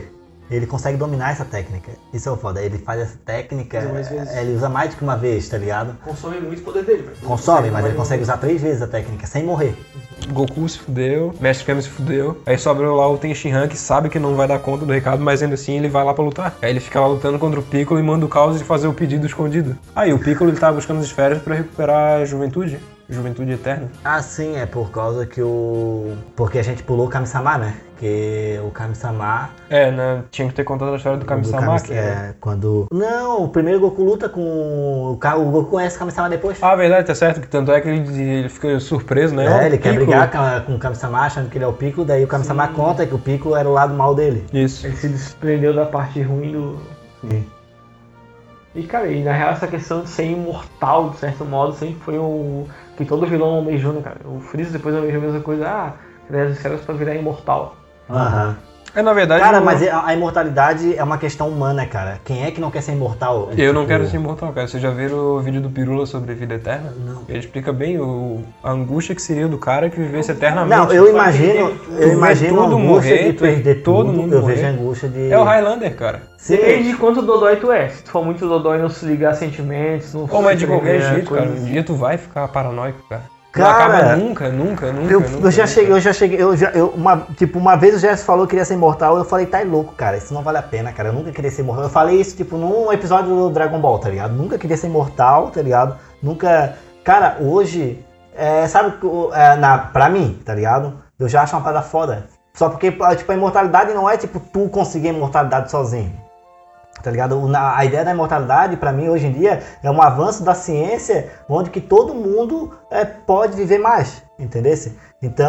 ele consegue dominar essa técnica. Isso é o foda. Ele faz essa técnica, é, ele usa mais do que uma vez, tá ligado?
Consome muito o poder dele, velho.
Consome, mas ele consegue usar três vezes a técnica, sem morrer.
Goku se fudeu, Mestre Kami se fudeu. Aí sobrou lá o Tenshinhan que sabe que não vai dar conta do recado, mas ainda assim ele vai lá pra lutar. Aí ele fica lá lutando contra o Piccolo e manda o Caos de fazer o pedido escondido. Aí o Piccolo ele tava buscando as esferas pra recuperar a juventude, juventude eterna.
Ah, sim, é por causa que o. Porque a gente pulou o Kami-sama, né? Que o Kami-sama.
É, né? Tinha que ter contado a história do
do
Kami-sama,
Kami-
que é...
é, quando. Não, o primeiro Goku luta com. O, Ka- o Goku conhece o Kami-sama depois.
Ah, verdade, tá certo, que tanto é que ele, ele fica surpreso, né? Ó,
É, ele quer
Piccolo.
brigar com- com o Kami-sama achando que ele é o Piccolo, daí o Kami-sama conta que o Piccolo era o lado mal dele.
Isso.
Ele se desprendeu da parte ruim do. E cara, e na real essa questão de ser imortal, de certo modo, sempre foi o. que todo vilão almejou, né, cara? O Freeza depois almejou a mesma coisa, ah, criar as esferas pra virar imortal.
Aham.
É, na verdade...
Cara,
eu-
mas a, a imortalidade é uma questão humana, cara. Quem é que não quer ser imortal?
Eu não
Tipo,
quero ser imortal, cara. Vocês já viram o vídeo do Pirula sobre vida eterna? Não. Ele explica bem o, a angústia que seria do cara que vivesse eternamente.
Não, eu imagino,
Tu vê
eu imagino a
tudo
angústia
morrer,
de tu perder
todo
tudo,
mundo
eu
morrer.
vejo a angústia de...
É o Highlander, cara.
Sim.
Depende de quanto Dodói tu é. Se tu for muito Dodói e não se ligar a sentimentos, não
Ou mas de qualquer
suprimir
jeito, cara. Um
coisas.
dia tu vai ficar paranoico, cara. não
Cara,
acaba nunca, nunca, nunca.
Eu,
nunca,
eu já
nunca.
cheguei, eu já cheguei, eu já, eu, uma, tipo, uma vez o Jess falou que queria ser imortal, eu falei, tá louco, cara, isso não vale a pena, cara, eu nunca queria ser imortal. Eu falei isso, tipo, num episódio do Dragon Ball, tá ligado? Nunca queria ser imortal, tá ligado? Nunca... Cara, hoje, é, sabe, o- é, na, pra mim, tá ligado? Eu já acho uma parada foda. Só porque, tipo, a imortalidade não é, tipo, tu conseguir a imortalidade sozinho. Tá ligado? O- na- A ideia da imortalidade, pra mim, hoje em dia, é um avanço da ciência onde que todo mundo é, pode viver mais, entendesse?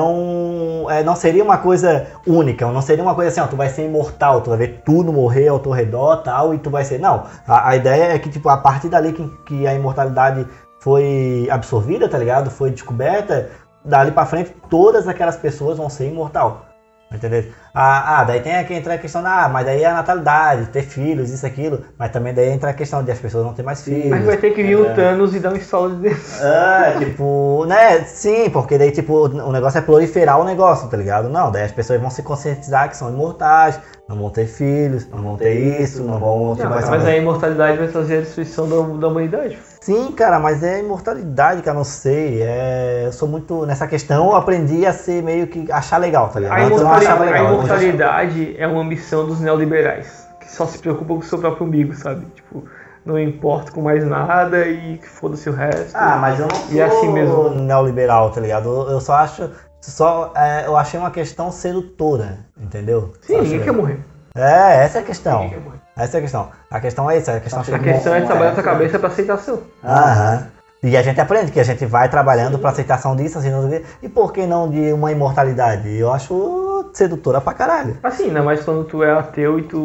Então, é, não seria uma coisa única, não seria uma coisa assim, ó, tu vai ser imortal, tu vai ver tudo morrer ao teu redor, tal, e tu vai ser... Não, a, a ideia é que, tipo, a partir dali que, que a imortalidade foi absorvida, tá ligado? Foi descoberta, dali pra frente, todas aquelas pessoas vão ser imortal. Entendeu? Ah, ah, daí tem que entrar a questão da. Ah, mas daí é a natalidade, ter filhos, isso, aquilo. Mas também daí entra a questão de as pessoas não ter mais filhos.
Mas vai ter que vir o Thanos e dar um solo de
É, tipo, né? Sim, porque daí, tipo, o negócio é proliferar o negócio, tá ligado? Não, daí as pessoas vão se conscientizar que são imortais, não vão ter filhos, não vão ter isso, não vão ter
Não,
mais.
mas, a imortalidade vai trazer a destruição da, da humanidade.
Sim, cara, mas é a imortalidade, cara, não sei. É... Eu sou muito. Nessa questão, eu aprendi a ser meio que. achar legal, tá ligado?
A
Antes eu não achava
imortalidade,
legal.
a
hoje eu acho-
imortalidade é uma ambição dos neoliberais, que só se preocupam com o seu próprio umbigo, sabe? Tipo, não importa com mais nada e que foda-se o resto.
Ah, mas eu não sou
E é assim mesmo.
neoliberal, tá ligado? Eu, eu só acho. Só, é, eu achei uma questão sedutora, entendeu?
Sim,
Acho
ninguém quer
legal.
morrer.
É, essa é a questão.
Ninguém quer morrer.
Essa é a questão. A questão é essa, a questão
A questão é trabalhar sua cabeça pra aceitação.
Aham. E a gente aprende que a gente vai trabalhando pra aceitação disso, assim, não sei o quê. e por que não de uma imortalidade? Eu acho sedutora pra caralho.
Assim, ainda mais quando tu é ateu e tu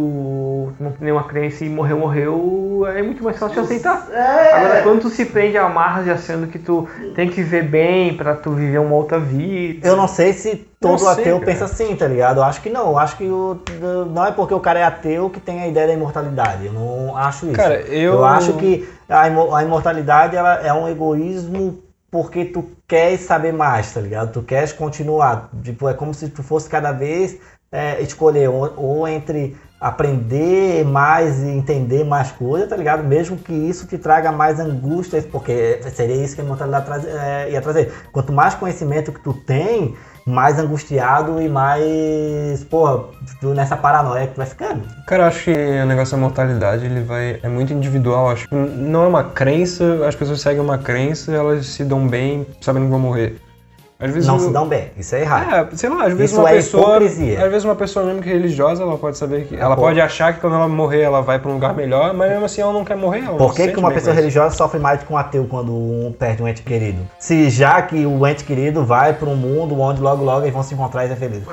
não tem nenhuma crença e morreu, morreu, é muito mais fácil de aceitar.
É.
Agora, quando tu se prende a amarras e achando que tu tem que ver bem pra tu viver uma outra vida.
Eu não sei se todo
sei,
ateu
cara.
pensa assim, tá ligado? Eu acho que não. Eu acho que o, não é porque o cara é ateu que tem a ideia da imortalidade. Eu não acho isso.
Cara, eu-
acho que a, imo- a imortalidade ela é um egoísmo porque tu queres saber mais, tá ligado? Tu queres continuar. Tipo, é como se tu fosse cada vez é, escolher ou, ou entre aprender mais e entender mais coisas, tá ligado? Mesmo que isso te traga mais angústias, porque seria isso que a imortalidade traz- é, ia trazer. Quanto mais conhecimento que tu tem, mais angustiado e mais, porra, tu nessa paranoia que tu vai ficando.
Cara, eu acho que o negócio da mortalidade ele vai é muito individual. Acho que não é uma crença. As pessoas seguem uma crença, elas se dão bem, sabendo que vão morrer. Às vezes
Não
eu-
se dão bem, isso é errado.
É, sei lá, às vezes
Isso
uma
é
pessoa.
hipocrisia.
Às vezes uma pessoa mesmo que é religiosa, ela pode saber que. Ela
pô.
pode achar que quando ela morrer ela vai pra um lugar melhor, mas mesmo assim ela não quer morrer. Ela
Por
não
que,
se
que
sente
uma
bem
pessoa
com isso.
religiosa sofre mais do que um ateu quando um perde um ente querido? Se já que o ente querido vai para um mundo onde logo logo eles vão se encontrar e ser felizes.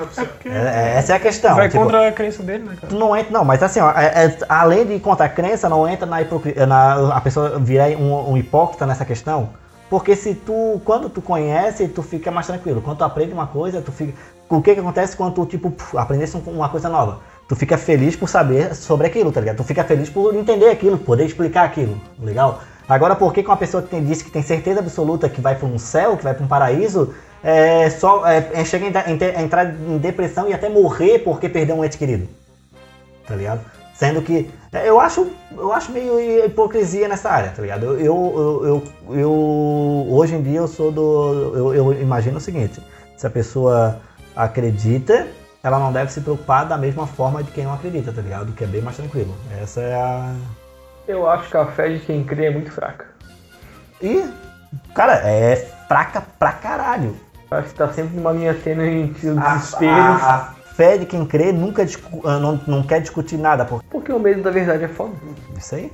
É- é- essa é a questão.
Vai
tipo,
contra a crença dele, né, cara?
Tu não entra, não, mas assim, ó, é- é- além de contra a crença, não entra na hipocrisia. A pessoa virar um, um hipócrita nessa questão. Porque se tu, quando tu conhece, tu fica mais tranquilo. Quando tu aprende uma coisa, tu fica. O que que acontece quando tu, tipo, puf, aprendesse um- uma coisa nova? Tu fica feliz por saber sobre aquilo, tá ligado? Tu fica feliz por entender aquilo, poder explicar aquilo, legal? Agora, por que que uma pessoa que tem, diz que tem certeza absoluta que vai para um céu, que vai para um paraíso, é, só, é, é, chega a entrar- a entrar em depressão e até morrer porque perdeu um ente querido? tá ligado? Sendo que é, eu acho, eu acho meio hipocrisia nessa área, tá ligado? Eu, eu, eu, eu- hoje em dia eu sou do, eu, eu imagino o seguinte: se a pessoa acredita, ela não deve se preocupar da mesma forma de quem não acredita, tá ligado? Que é bem mais tranquilo. Essa é a
Eu acho que a fé de quem crê é muito fraca.
e cara é fraca pra caralho.
Eu acho que tá sempre numa linha tênue entre o
A,
Um desespero.
a, a fé de quem crê nunca discu- ah, não, não quer discutir nada por
Porque o medo da verdade é foda.
isso aí.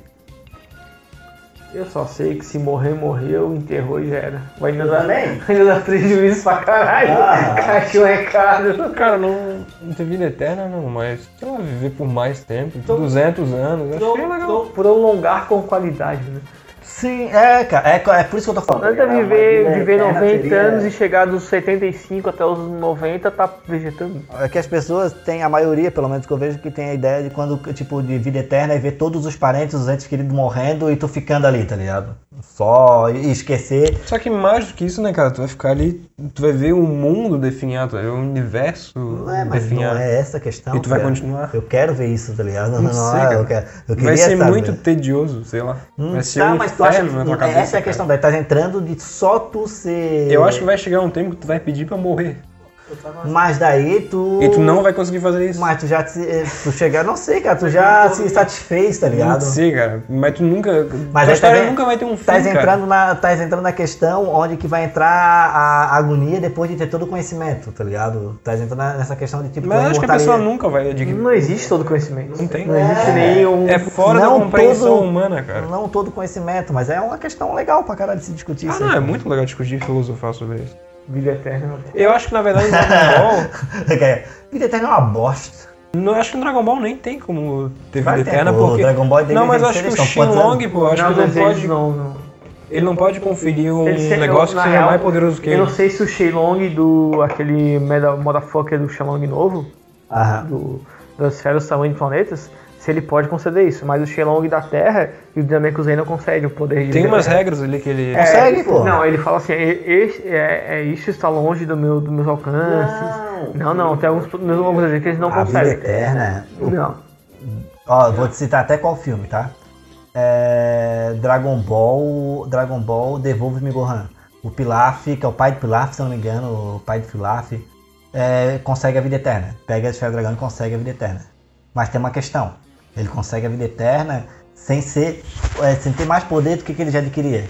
Eu só sei que se morrer, morreu, enterrou e já era. Vai ainda dar,
também.
*laughs* ainda dá prejuízo pra caralho. *laughs*
Ah.
Cachorro é caro.
Cara, não, não tem vida eterna, não, mas sei lá, viver por mais tempo,
Então,
200 anos, acho que é legal.
Pro- Prolongar com qualidade, né?
Sim, é, cara, é, é por isso que eu tô falando.
Tenta
Uma
viver,
vida
viver
eterna
90
seria-
anos e chegar dos 75 até os 90, tá vegetando.
É que as pessoas têm, a maioria, pelo menos que eu vejo, que tem a ideia de quando, tipo, de vida eterna e ver todos os parentes, os entes queridos morrendo e tu ficando ali, tá ligado? Só e esquecer.
Só que mais do que isso, né, cara? Tu vai ficar ali, tu vai ver o mundo definhar, tu vai ver o universo
Não é, mas não
definhar.
é essa a questão.
E tu vai
cara.
continuar?
Eu quero ver isso, tá ligado? Não,
Não
não,
sei,
é,
cara.
eu quero.
Vai
Eu queria
ser
saber.
muito tedioso, sei lá.
Hum,
Vai ser
tá,
um
mas tu acha que
inferno na tua cabeça.
essa é a
cara.
questão, daí tá entrando de só tu ser.
Eu acho que vai chegar um tempo que tu vai pedir pra morrer.
Mas daí tu.
E tu não vai conseguir fazer isso.
Uh, Mas tu já te, eh, tu chegar, não sei, cara, tu já se satisfez, tá
Não
ligado?
sei, cara. Mas tu nunca.
Mas
tua
aí
história
tá
nunca vai ter um fim,
Estás
cara.
entrando, na, tás entrando na questão onde que vai entrar a agonia depois de ter todo o conhecimento, tá ligado? Estás entrando na- nessa questão de tipo.
Mas
tu
eu acho que a pessoa
imortalidade.
nunca vai adquirir.
Não existe todo conhecimento.
Não tem.
Não existe nenhum.
É fora
Não
da compreensão
todo-
humana, cara.
Não todo o conhecimento, mas é uma questão legal pra caralho de se discutir assim.
Ah,
isso.
não,
aí.
é muito legal discutir e filosofar sobre isso.
Vida eterna.
Eu acho que, na verdade, no
*laughs*
Dragon Ball.
*laughs* Cara, Vida eterna é uma bosta.
Não, acho que no Dragon Ball nem tem como ter vida
Vai ter,
eterna,
pô,
porque.
o Dragon Ball dele
não, mas
vem
acho que
ser
o
questão, quantos
Shenlong, pô, acho
Não,
que não
desejo,
pode.
não, não.
Ele não pode conferir um
Ele se-
negócio
na
que seja
real,
mais poderoso que
Eu
ele.
não sei se o Shenlong do. aquele meda- motherfucker do Shenlong novo,
Ah.
Aham.
do, das esferas do tamanho de planetas, se ele pode conceder isso, mas o Shenlong da Terra e o Dynamic Zen não concede o poder de.
Tem umas
né?
regras ali que ele.
É,
Consegue, pô.
Não, ele fala assim, "E- este- é, é, isso está longe do meu, dos meus alcances. Não, não, tem alguns, tem algumas coisas que eles não
A vida
é
conseguem.
eterna. é
Não.
Ó, eu vou te citar até qual filme, tá? É, Dragon Ball. Dragon Ball Devolve-me Gohan. O Pilaf, que é o pai do Pilaf, se eu não me engano, o pai do Pilaf, é, consegue a vida eterna. Pega a esfera do dragão e consegue a vida eterna. Mas tem uma questão. Ele consegue a vida eterna sem ser. é, sem ter mais poder do que, que ele já adquiria.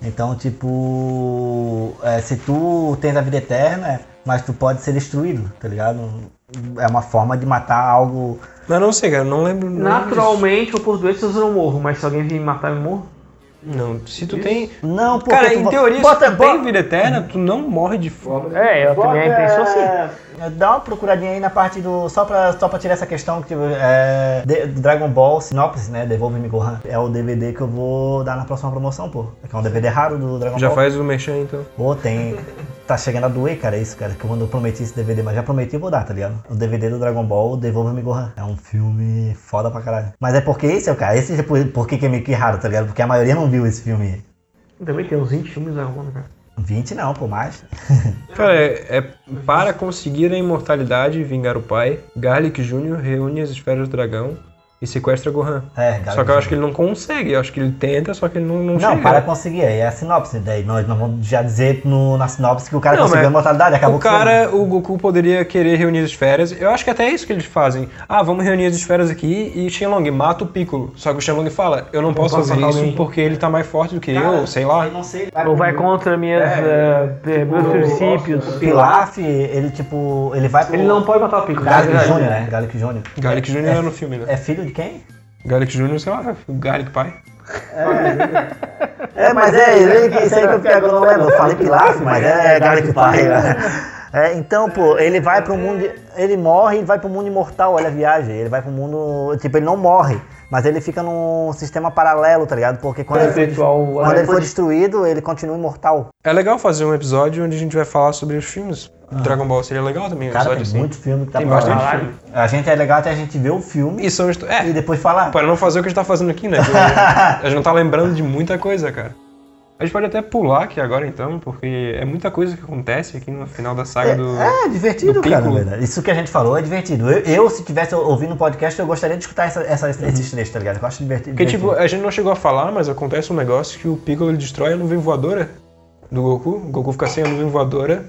Então, tipo. é, se tu tens a vida eterna, mas tu pode ser destruído, tá ligado? É uma forma de matar algo
Mas eu não sei, cara, eu não lembro. não lembro
Naturalmente, ou por doenças eu não morro, mas se alguém vir me matar, eu morro.
disso. Não, se tu tem.
Não, porque
Cara,
tu
em
bo-
teoria, é
bota,
se tu
bota,
tem vida eterna, tu não morre de fome.
É, eu também assim. a intenção sim.
é, Dá uma procuradinha aí na parte do. Só pra, só pra tirar essa questão que é, de- do Dragon Ball Sinopse, né? Devolve-me Gohan. É o DVD que eu vou dar na próxima promoção, pô. É que é um DVD raro do Dragon
Já
Ball.
faz o merchan então.
Pô, tem. Tá chegando a doer, cara, isso, cara. Que quando eu prometi esse DVD, mas já prometi eu vou dar, tá ligado? O DVD do Dragon Ball, Devolve-me Gohan. É um filme foda pra caralho. Mas é porque esse, é o cara, esse é por, por que que é meio que raro, tá ligado? Porque a maioria não viu esse filme.
Também tem uns 20 filmes né, arrumando, cara.
20 não, pô, mais.
Cara, é, é para conseguir a imortalidade e vingar o pai, Garlic Jr. reúne as esferas do dragão e sequestra Gohan.
É, galera.
Só que eu acho que ele não consegue, eu acho que ele tenta, só que ele não, não,
Não,
chega.
para conseguir, aí é a sinopse. Daí nós não vamos já dizer no, na sinopse que o cara
Não,
conseguiu a
mas
imortalidade, acabou
o
que foi.
cara, o Goku poderia querer reunir as esferas. Eu acho que até é isso que eles fazem. Ah, vamos reunir as esferas aqui e Shenlong mata o Piccolo. Só que o Shenlong fala, eu não posso,
posso
fazer
matar
isso
alguém.
porque ele tá mais forte
um
do que eu, sei
é
lá.
não sei.
Ou vai contra minhas, eh, eh, meus princípios.
tipo, O Pilaf, ele tipo. Ele vai pro.
Ele não pode matar o Piccolo.
Garlic
na verdade.
Jr., né? Garlic Jr.
Garlic Jr. era no filme, né?
É filho de quem?
Garlic Jr., sei lá, o Garlic pai.
É, mas é, ele, isso aí que eu fiquei agora não lembro. Eu falei Pilaf, mas é Garlic Pai. É, então, pô, ele vai pro mundo. Ele morre e vai pro mundo imortal, olha a viagem. Ele vai pro mundo. Tipo, ele não morre, mas ele fica num sistema paralelo, tá ligado? Porque quando ele, for-
Perpetual.
quando ele for destruído, ele continua imortal.
É legal fazer um episódio onde a gente vai falar sobre os filmes. Dragon Ball seria legal também, um
Cara, tem
episódio assim.
muito filme que tá
Tem
pra
bastante
lá.
filme.
A gente é legal até a gente ver o filme
E são... histo- É,
e depois falar.
Para não fazer o que a gente tá fazendo
*laughs*
aqui, né? Que A gente não tá lembrando de muita coisa, cara. A gente pode até pular aqui agora então, porque é muita coisa que acontece aqui no final da saga do.
É, é divertido,
do
cara. na
Piccolo.
verdade. Isso que a gente falou é divertido. Eu, eu, se tivesse ouvindo o podcast, eu gostaria de escutar essa, essa- esses trechos, tá ligado? Eu acho divertido.
Porque, tipo,
divertido.
a gente não chegou a falar, mas acontece um negócio que o Piccolo ele destrói a nuvem voadora do Goku. O Goku fica sem a nuvem voadora.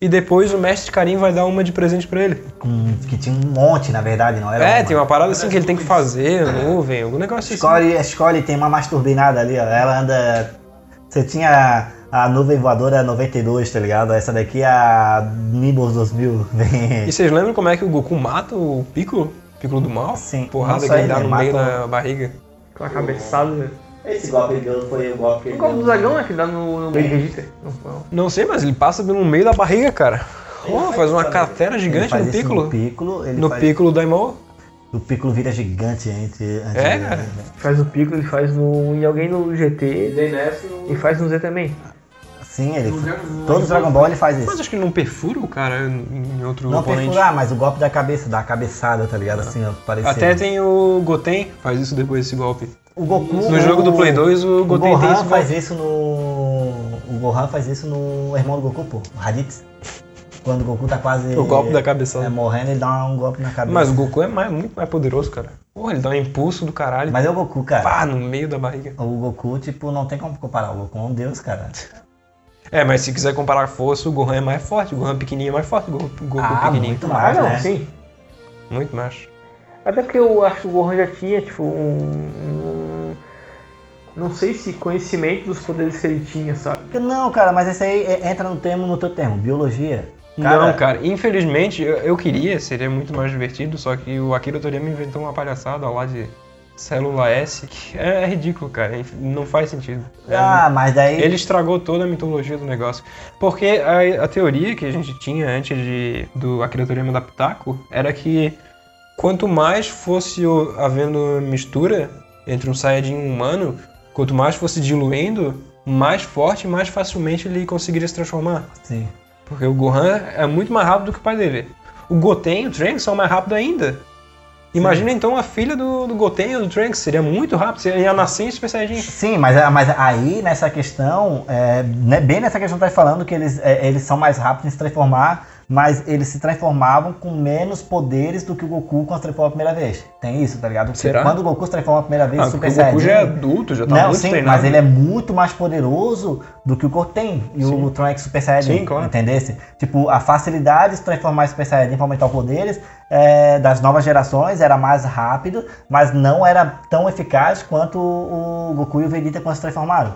E depois o mestre Karim vai dar uma de presente pra ele.
Com- que tinha um monte, na verdade, não era?
É,
uma.
tem uma parada assim que ele tem que fazer, nuvem, algum negócio assim.
Escolhe, escolhe, tem uma mais turbinada ali, ó. Ela anda. Você tinha a nuvem voadora 92, tá ligado? Essa daqui é a Nibbles 2000. *laughs* Vem.
E vocês lembram como é que o Goku mata o Piccolo? Piccolo do mal?
Sim.
Porrada
Nossa,
que ele
ele
dá no
mata
meio
o-
da barriga.
Aquela cabeçada. né?
Esse golpe dele foi o golpe.
O golpe do dragão é que dá no, no meio register. Não, não.
Não sei, mas ele passa pelo meio da barriga, cara. Oh, faz uma catera
Ele
gigante
faz
no
isso
Piccolo.
No Piccolo, ele
No
faz-
Piccolo Daimon.
O Piccolo vira gigante entre. antes
É,
dele,
cara.
né?
Faz o Piccolo, ele faz no, em alguém no GT e faz no Z também.
Sim, ele. Todo
é
o Dragon Ball ele faz
Mas
isso.
acho que ele não perfura o cara em em outro
Não
oponente.
perfurar, mas o golpe da cabeça, da cabeçada, tá ligado? Assim, ó, parecia.
Ah. Até tem o Goten, faz isso depois desse golpe.
o Goku. né,
No jogo do Play 2, o
o
Goten tem
Gohan
esse
faz
golpe.
isso no. O Gohan faz isso no irmão do Goku, pô. O Raditz. Quando o Goku tá quase.
O golpe da cabeçada.
É, morrendo, ele dá um golpe na cabeça.
Mas o Goku é mais- muito mais poderoso, cara. Porra, ele dá um impulso do caralho.
Mas é o Goku, cara.
Pá, no meio da barriga.
O Goku, tipo, não tem como comparar. O Goku é um deus, cara.
É, mas se quiser comparar força, o Gohan é mais forte. O Gohan pequenininho é mais forte. O Goku, o Goku
Ah,
pequenininho.
muito mais, né?
sim.
Muito macho.
Até porque eu acho que o Gohan já tinha, tipo, um. um- não sei se conhecimento dos poderes que ele tinha, sabe?
Não, cara, mas esse aí é- entra no termo, no teu termo. Biologia.
não, cara, infelizmente eu, eu queria, seria muito mais divertido, só que o Akira Toriyama inventou uma palhaçada lá de célula S, que é, é ridículo, cara, inf- não faz sentido. É,
Ah, mas daí.
ele estragou toda a mitologia do negócio. Porque a, a teoria que a gente tinha antes de, do Akira Toriyama da Pitaco era que quanto mais fosse o- havendo mistura entre um Saiyajin e um humano, quanto mais fosse diluindo, mais forte e mais facilmente ele conseguiria se transformar.
Sim.
Porque o Gohan é muito mais rápido do que o pai dele. O Goten e o Trunks são mais rápidos ainda. Imagina então a filha do, do Goten e do Trunks, seria muito rápido, seria- ia nascer em Super Saiyajin.
Sim, mas, é, mas aí nessa questão, é, né, bem nessa questão que tá falando que eles, é, eles são mais rápidos em se transformar, mas eles se transformavam com menos poderes do que o Goku quando se transformou a primeira vez. Tem isso, tá ligado? Porque
Será?
Quando o Goku se transforma a primeira vez,
Ah,
em
porque
Super
o Goku
Saiyajin.
já é adulto, já tá
não,
muito
sim,
treinado.
mas ele é muito mais poderoso do que o Goten e o Trunks Super Saiyajin.
Sim, claro.
Entendesse? Tipo, a facilidade de se transformar em Super Saiyajin pra aumentar os poderes é, das novas gerações era mais rápido, mas não era tão eficaz quanto o o Goku e o Vegeta quando se transformaram.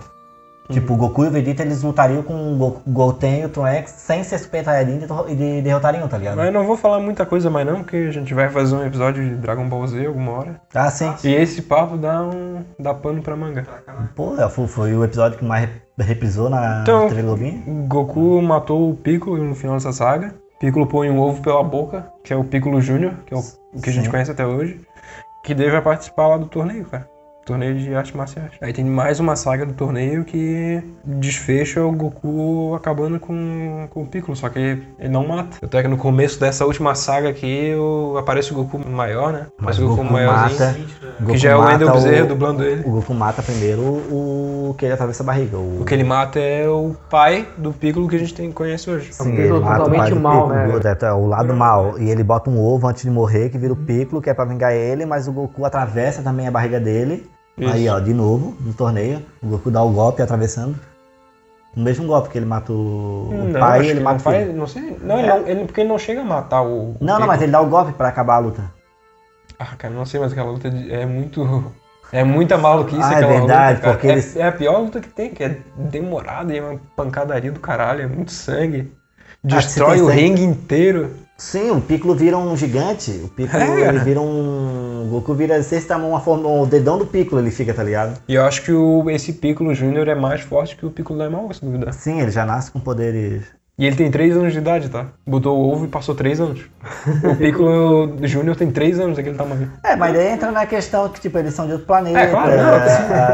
Uhum.
Tipo, o Goku e o Vegeta eles lutariam com o Go- Goten e o Trunks sem ser Super Saiyajin e derro- e de- derrotariam, tá ligado?
Mas eu não vou falar muita coisa mais não, porque a gente vai fazer um episódio de Dragon Ball Z alguma hora.
Ah, sim.
E esse papo dá um. dá pano pra manga.
Pô, foi- foi o episódio que mais rep- reprisou na
Então-
TV Globinho.
O Goku matou o Piccolo no final dessa saga. Piccolo põe um ovo pela boca, que é o Piccolo Júnior, que é o o que a gente
Sim.
conhece até hoje. Que daí vai participar lá do torneio, cara. Torneio de artes marciais. Aí tem mais uma saga do torneio que desfecha o Goku acabando com, com o Piccolo, só que ele não mata. Até que no começo dessa última saga aqui o- aparece o Goku maior, né?
Mas
Aparece
o Goku mata. o
que
Goku
já é o
mata
Wendel Bezerra dublando ele.
O Goku mata primeiro o o que ele atravessa a barriga. O,
O que ele mata é o pai do Piccolo que a gente tem, conhece hoje.
Sim,
Piccolo Um totalmente
pai do
mal,
Piccolo,
né?
o Goku, é, O lado mal. E ele bota um ovo antes de morrer, que vira o Piccolo, que é pra vingar ele, mas o Goku atravessa também a barriga dele.
Isso.
Aí, ó, de novo, no torneio. O Goku dá o golpe atravessando. No mesmo golpe que ele mata o, o
Não, acho
pai
que
ele
não
mata o
faz-
filho.
não sei. Não, ele não, ele- porque ele não chega a matar o. o
É. Não, não, mas é- ele dá o golpe pra acabar a luta.
Ah, cara, não sei, mas aquela luta de- é muito. *laughs* É muita maluquice
Ah, é
aquela
verdade,
luta. cara.
porque
é,
eles-
é a pior luta que tem, que é demorada e é uma pancadaria do caralho, é muito sangue. Destrói
tem
o
sangue.
ringue inteiro.
Sim, o Piccolo vira um gigante. O Piccolo
É.
ele vira um. O Goku vira, sei se tá uma forma, o dedão do Piccolo ele fica, tá ligado?
E eu acho que o, esse Piccolo Júnior é mais forte que o Piccolo Normal, se duvidar.
Sim, ele já nasce com poderes.
E ele tem 3 anos de idade, tá? Botou o ovo e passou 3
*laughs*
anos. O Piccolo Júnior tem 3 anos daquele tamanho.
É, mas daí entra na questão que, tipo, eles são de outro planeta.
É, claro,
é,
não.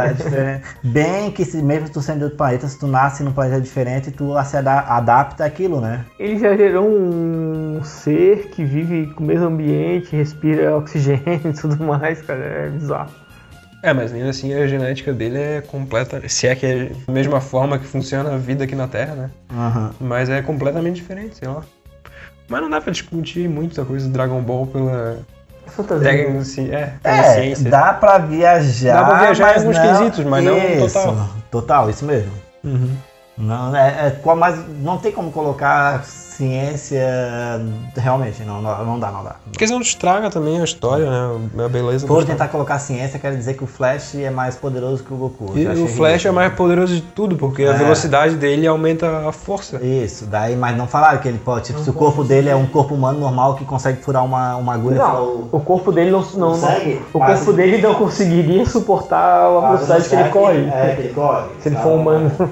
é, diferente. Bem que se, mesmo tu sendo de outro planeta, se tu nasce num planeta diferente, tu se ada- adapta àquilo, né?
Ele já gerou um ser que vive com o mesmo ambiente, respira oxigênio e tudo mais, cara. É bizarro.
É, mas ainda assim a genética dele é completa. Se é que é a mesma forma que funciona a vida aqui na Terra, né?
Aham.
Mas é completamente diferente, sei lá. Mas não dá pra discutir muita coisa de Dragon Ball pela.
Fantasia.
Pega, assim, é, pela
É,
ciência.
dá pra viajar.
Dá pra viajar em
mas
alguns
não...
quesitos, mas não
isso.
total.
Total, isso mesmo.
Uhum.
Não, é, é, qual- mas não tem como colocar ciência realmente, não, não, não dá, não dá.
Porque senão estraga também a história, né? A beleza
Por
da história.
tentar colocar ciência, quero dizer que o Flash é mais poderoso que o Goku. Eu
E
já
o
achei
Flash é
ridículo.
mais poderoso de tudo, porque a
É.
velocidade dele aumenta a força.
Isso, daí, mas não falaram que ele pode. Tipo, se o corpo dele é um corpo humano normal que consegue furar uma, uma agulha.
Não, o corpo dele não. não, não-
Consegue?
o corpo dele não conseguiria suportar a velocidade que ele corre.
Ah, um É, um que ele corre.
Se ele for humano.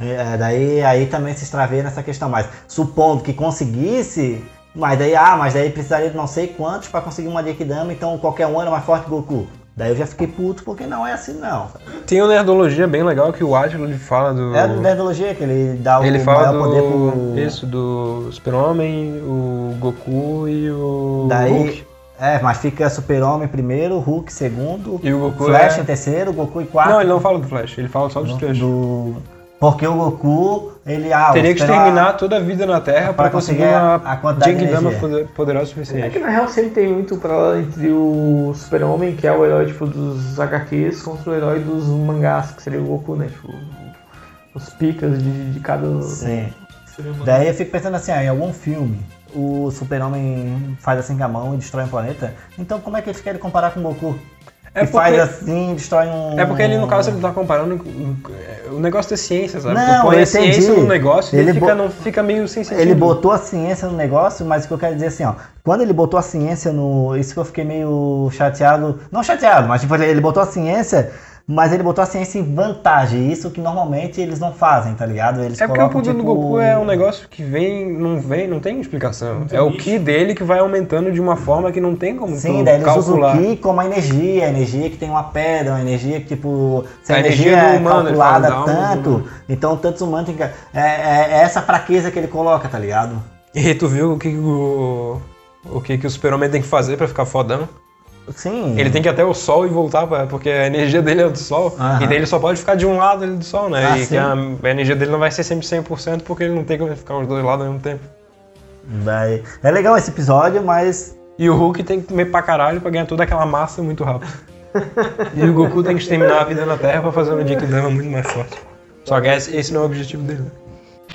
É, daí aí também se extraveia nessa questão, mas supondo que conseguisse, mas daí, ah, mas daí precisaria de não sei quantos pra conseguir uma Dekidama, então qualquer um era mais forte que o Goku. Daí eu já fiquei puto porque não é assim não.
Tem uma nerdologia bem legal que o Atlas ele fala do.
É do Nerdologia que ele dá o
Ele
maior
fala do,
poder pro.
isso, do Super-Homem, o Goku e o
Daí.
Hulk.
É, mas fica Super-Homem primeiro, Hulk segundo,
E o Goku
Flash
é-
em terceiro, Goku em quarto.
Não, ele não fala do Flash, ele fala só dos três.
do... Porque o Goku, ele ah,
Teria que
espera-
exterminar toda a vida na Terra
pra
para conseguir
conseguir
uma
a quantidade de
Genkidama
energia.
poder- poderosa o
É que
suficiente.
na real sempre tem muito pra entre o super-homem, que é o herói tipo, dos HQs, contra o herói dos mangás, que seria o Goku, né? Tipo, os picas de, de cada.
Sim. Daí eu fico pensando assim, ah, em algum filme, o super-homem faz assim com a mão e destrói um planeta. Então como é que eles querem comparar com o Goku?
É
que faz
porque-
assim, destrói um...
É porque ele, no caso, ele tá comparando com- o negócio da ciência, sabe?
Não,
tu põe
eu
a ciência
entendi.
no negócio e
Ele
ele fica,
bo-
não, fica meio sem sentido.
Ele botou a ciência no negócio, mas o que eu quero dizer assim, ó. Quando ele botou a ciência no. Isso que eu fiquei meio chateado. Não chateado, mas tipo, ele ele botou a ciência mas ele botou a ciência em vantagem. Isso que normalmente eles não fazem, tá ligado? Eles
É porque o
colocam,
poder do
tipo,
Goku é um negócio que vem, não vem, não tem explicação. é o Ki dele que vai aumentando de uma forma que não tem como
Sim,
tu
daí eles usam o
Então, calcular.
Ki como a energia, a energia que tem uma pedra, uma energia que, tipo, se a,
A
energia,
energia
é
do humano, ele fala, um
calculada
da alma do
tanto,
humano.
então tantos humanos tem que. É, é- é essa fraqueza que ele coloca, tá ligado?
E tu viu o que que o, o, que que o super-homem tem que fazer pra ficar fodão?
Sim.
Ele tem que ir até o sol e voltar, pra, porque a energia dele é do sol.
Aham.
E daí ele só pode ficar de um lado ali do sol, né?
Ah,
e
sim.
que a, a energia dele não vai ser sempre 100% porque ele não tem como ficar os dois lados ao mesmo tempo.
Daí- É legal esse episódio, mas.
E o Hulk tem que comer pra caralho pra ganhar toda aquela massa muito
*laughs*
rápido. e o Goku tem que exterminar a vida na Terra pra fazer um Genkidama muito mais forte. Só que esse esse não é o objetivo dele. né?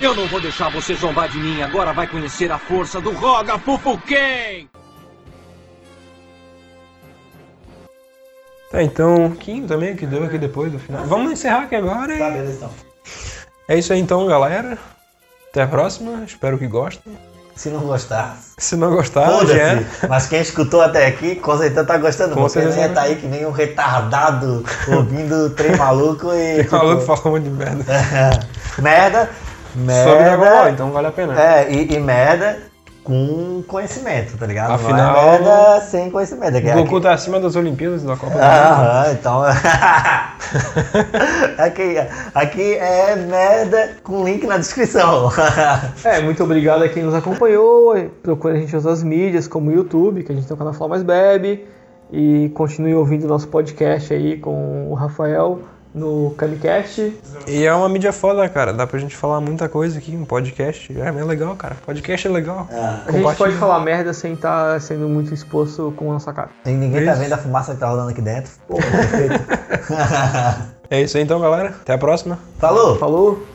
Eu não vou deixar você zombar de mim. Agora vai conhecer a força do Roga Fufuken.
Tá, então, Kim também, que deu aqui depois do final. Vamos encerrar aqui agora.
Tá,
e-
beleza então.
É isso aí então, galera. Até a próxima. Espero que gostem.
Se não gostar,
Se não gostar,
foda-se.
hoje é.
Mas quem escutou até aqui, com certeza tá gostando.
Com
Você não ia
certeza.
tá aí que nem
*laughs*
um retardado ouvindo o trem maluco e.
Tem
tipo,
maluco falando muito de merda.
*laughs* merda.
Sobre Dragon Ball,
Merda.
então vale a pena.
É, e, e merda com conhecimento, tá ligado? não
Afinal-
é merda sem conhecimento. É que-
O Goku tá acima das Olimpíadas e da Copa do Mundo.
Aham, então. *laughs* aqui, aqui é merda com link na descrição. *laughs*
É, muito obrigado a quem nos acompanhou. Procure a gente nas outras mídias, como o YouTube, que a gente tem o canal Fala Mais Bebe. E continue ouvindo nosso podcast aí com o Rafael no Camicast.
E é uma mídia foda, cara. Dá pra gente falar muita coisa aqui, um podcast. É bem legal, cara. Podcast é legal.
Ah,
A gente pode
Compartilha.
falar merda sem estar sendo muito exposto com a nossa cara.
e ninguém tá
Isso.
vendo a fumaça que tá rolando aqui dentro. Pô, perfeito. *laughs*
É isso aí então, galera. Até a próxima.
Falou!
Falou?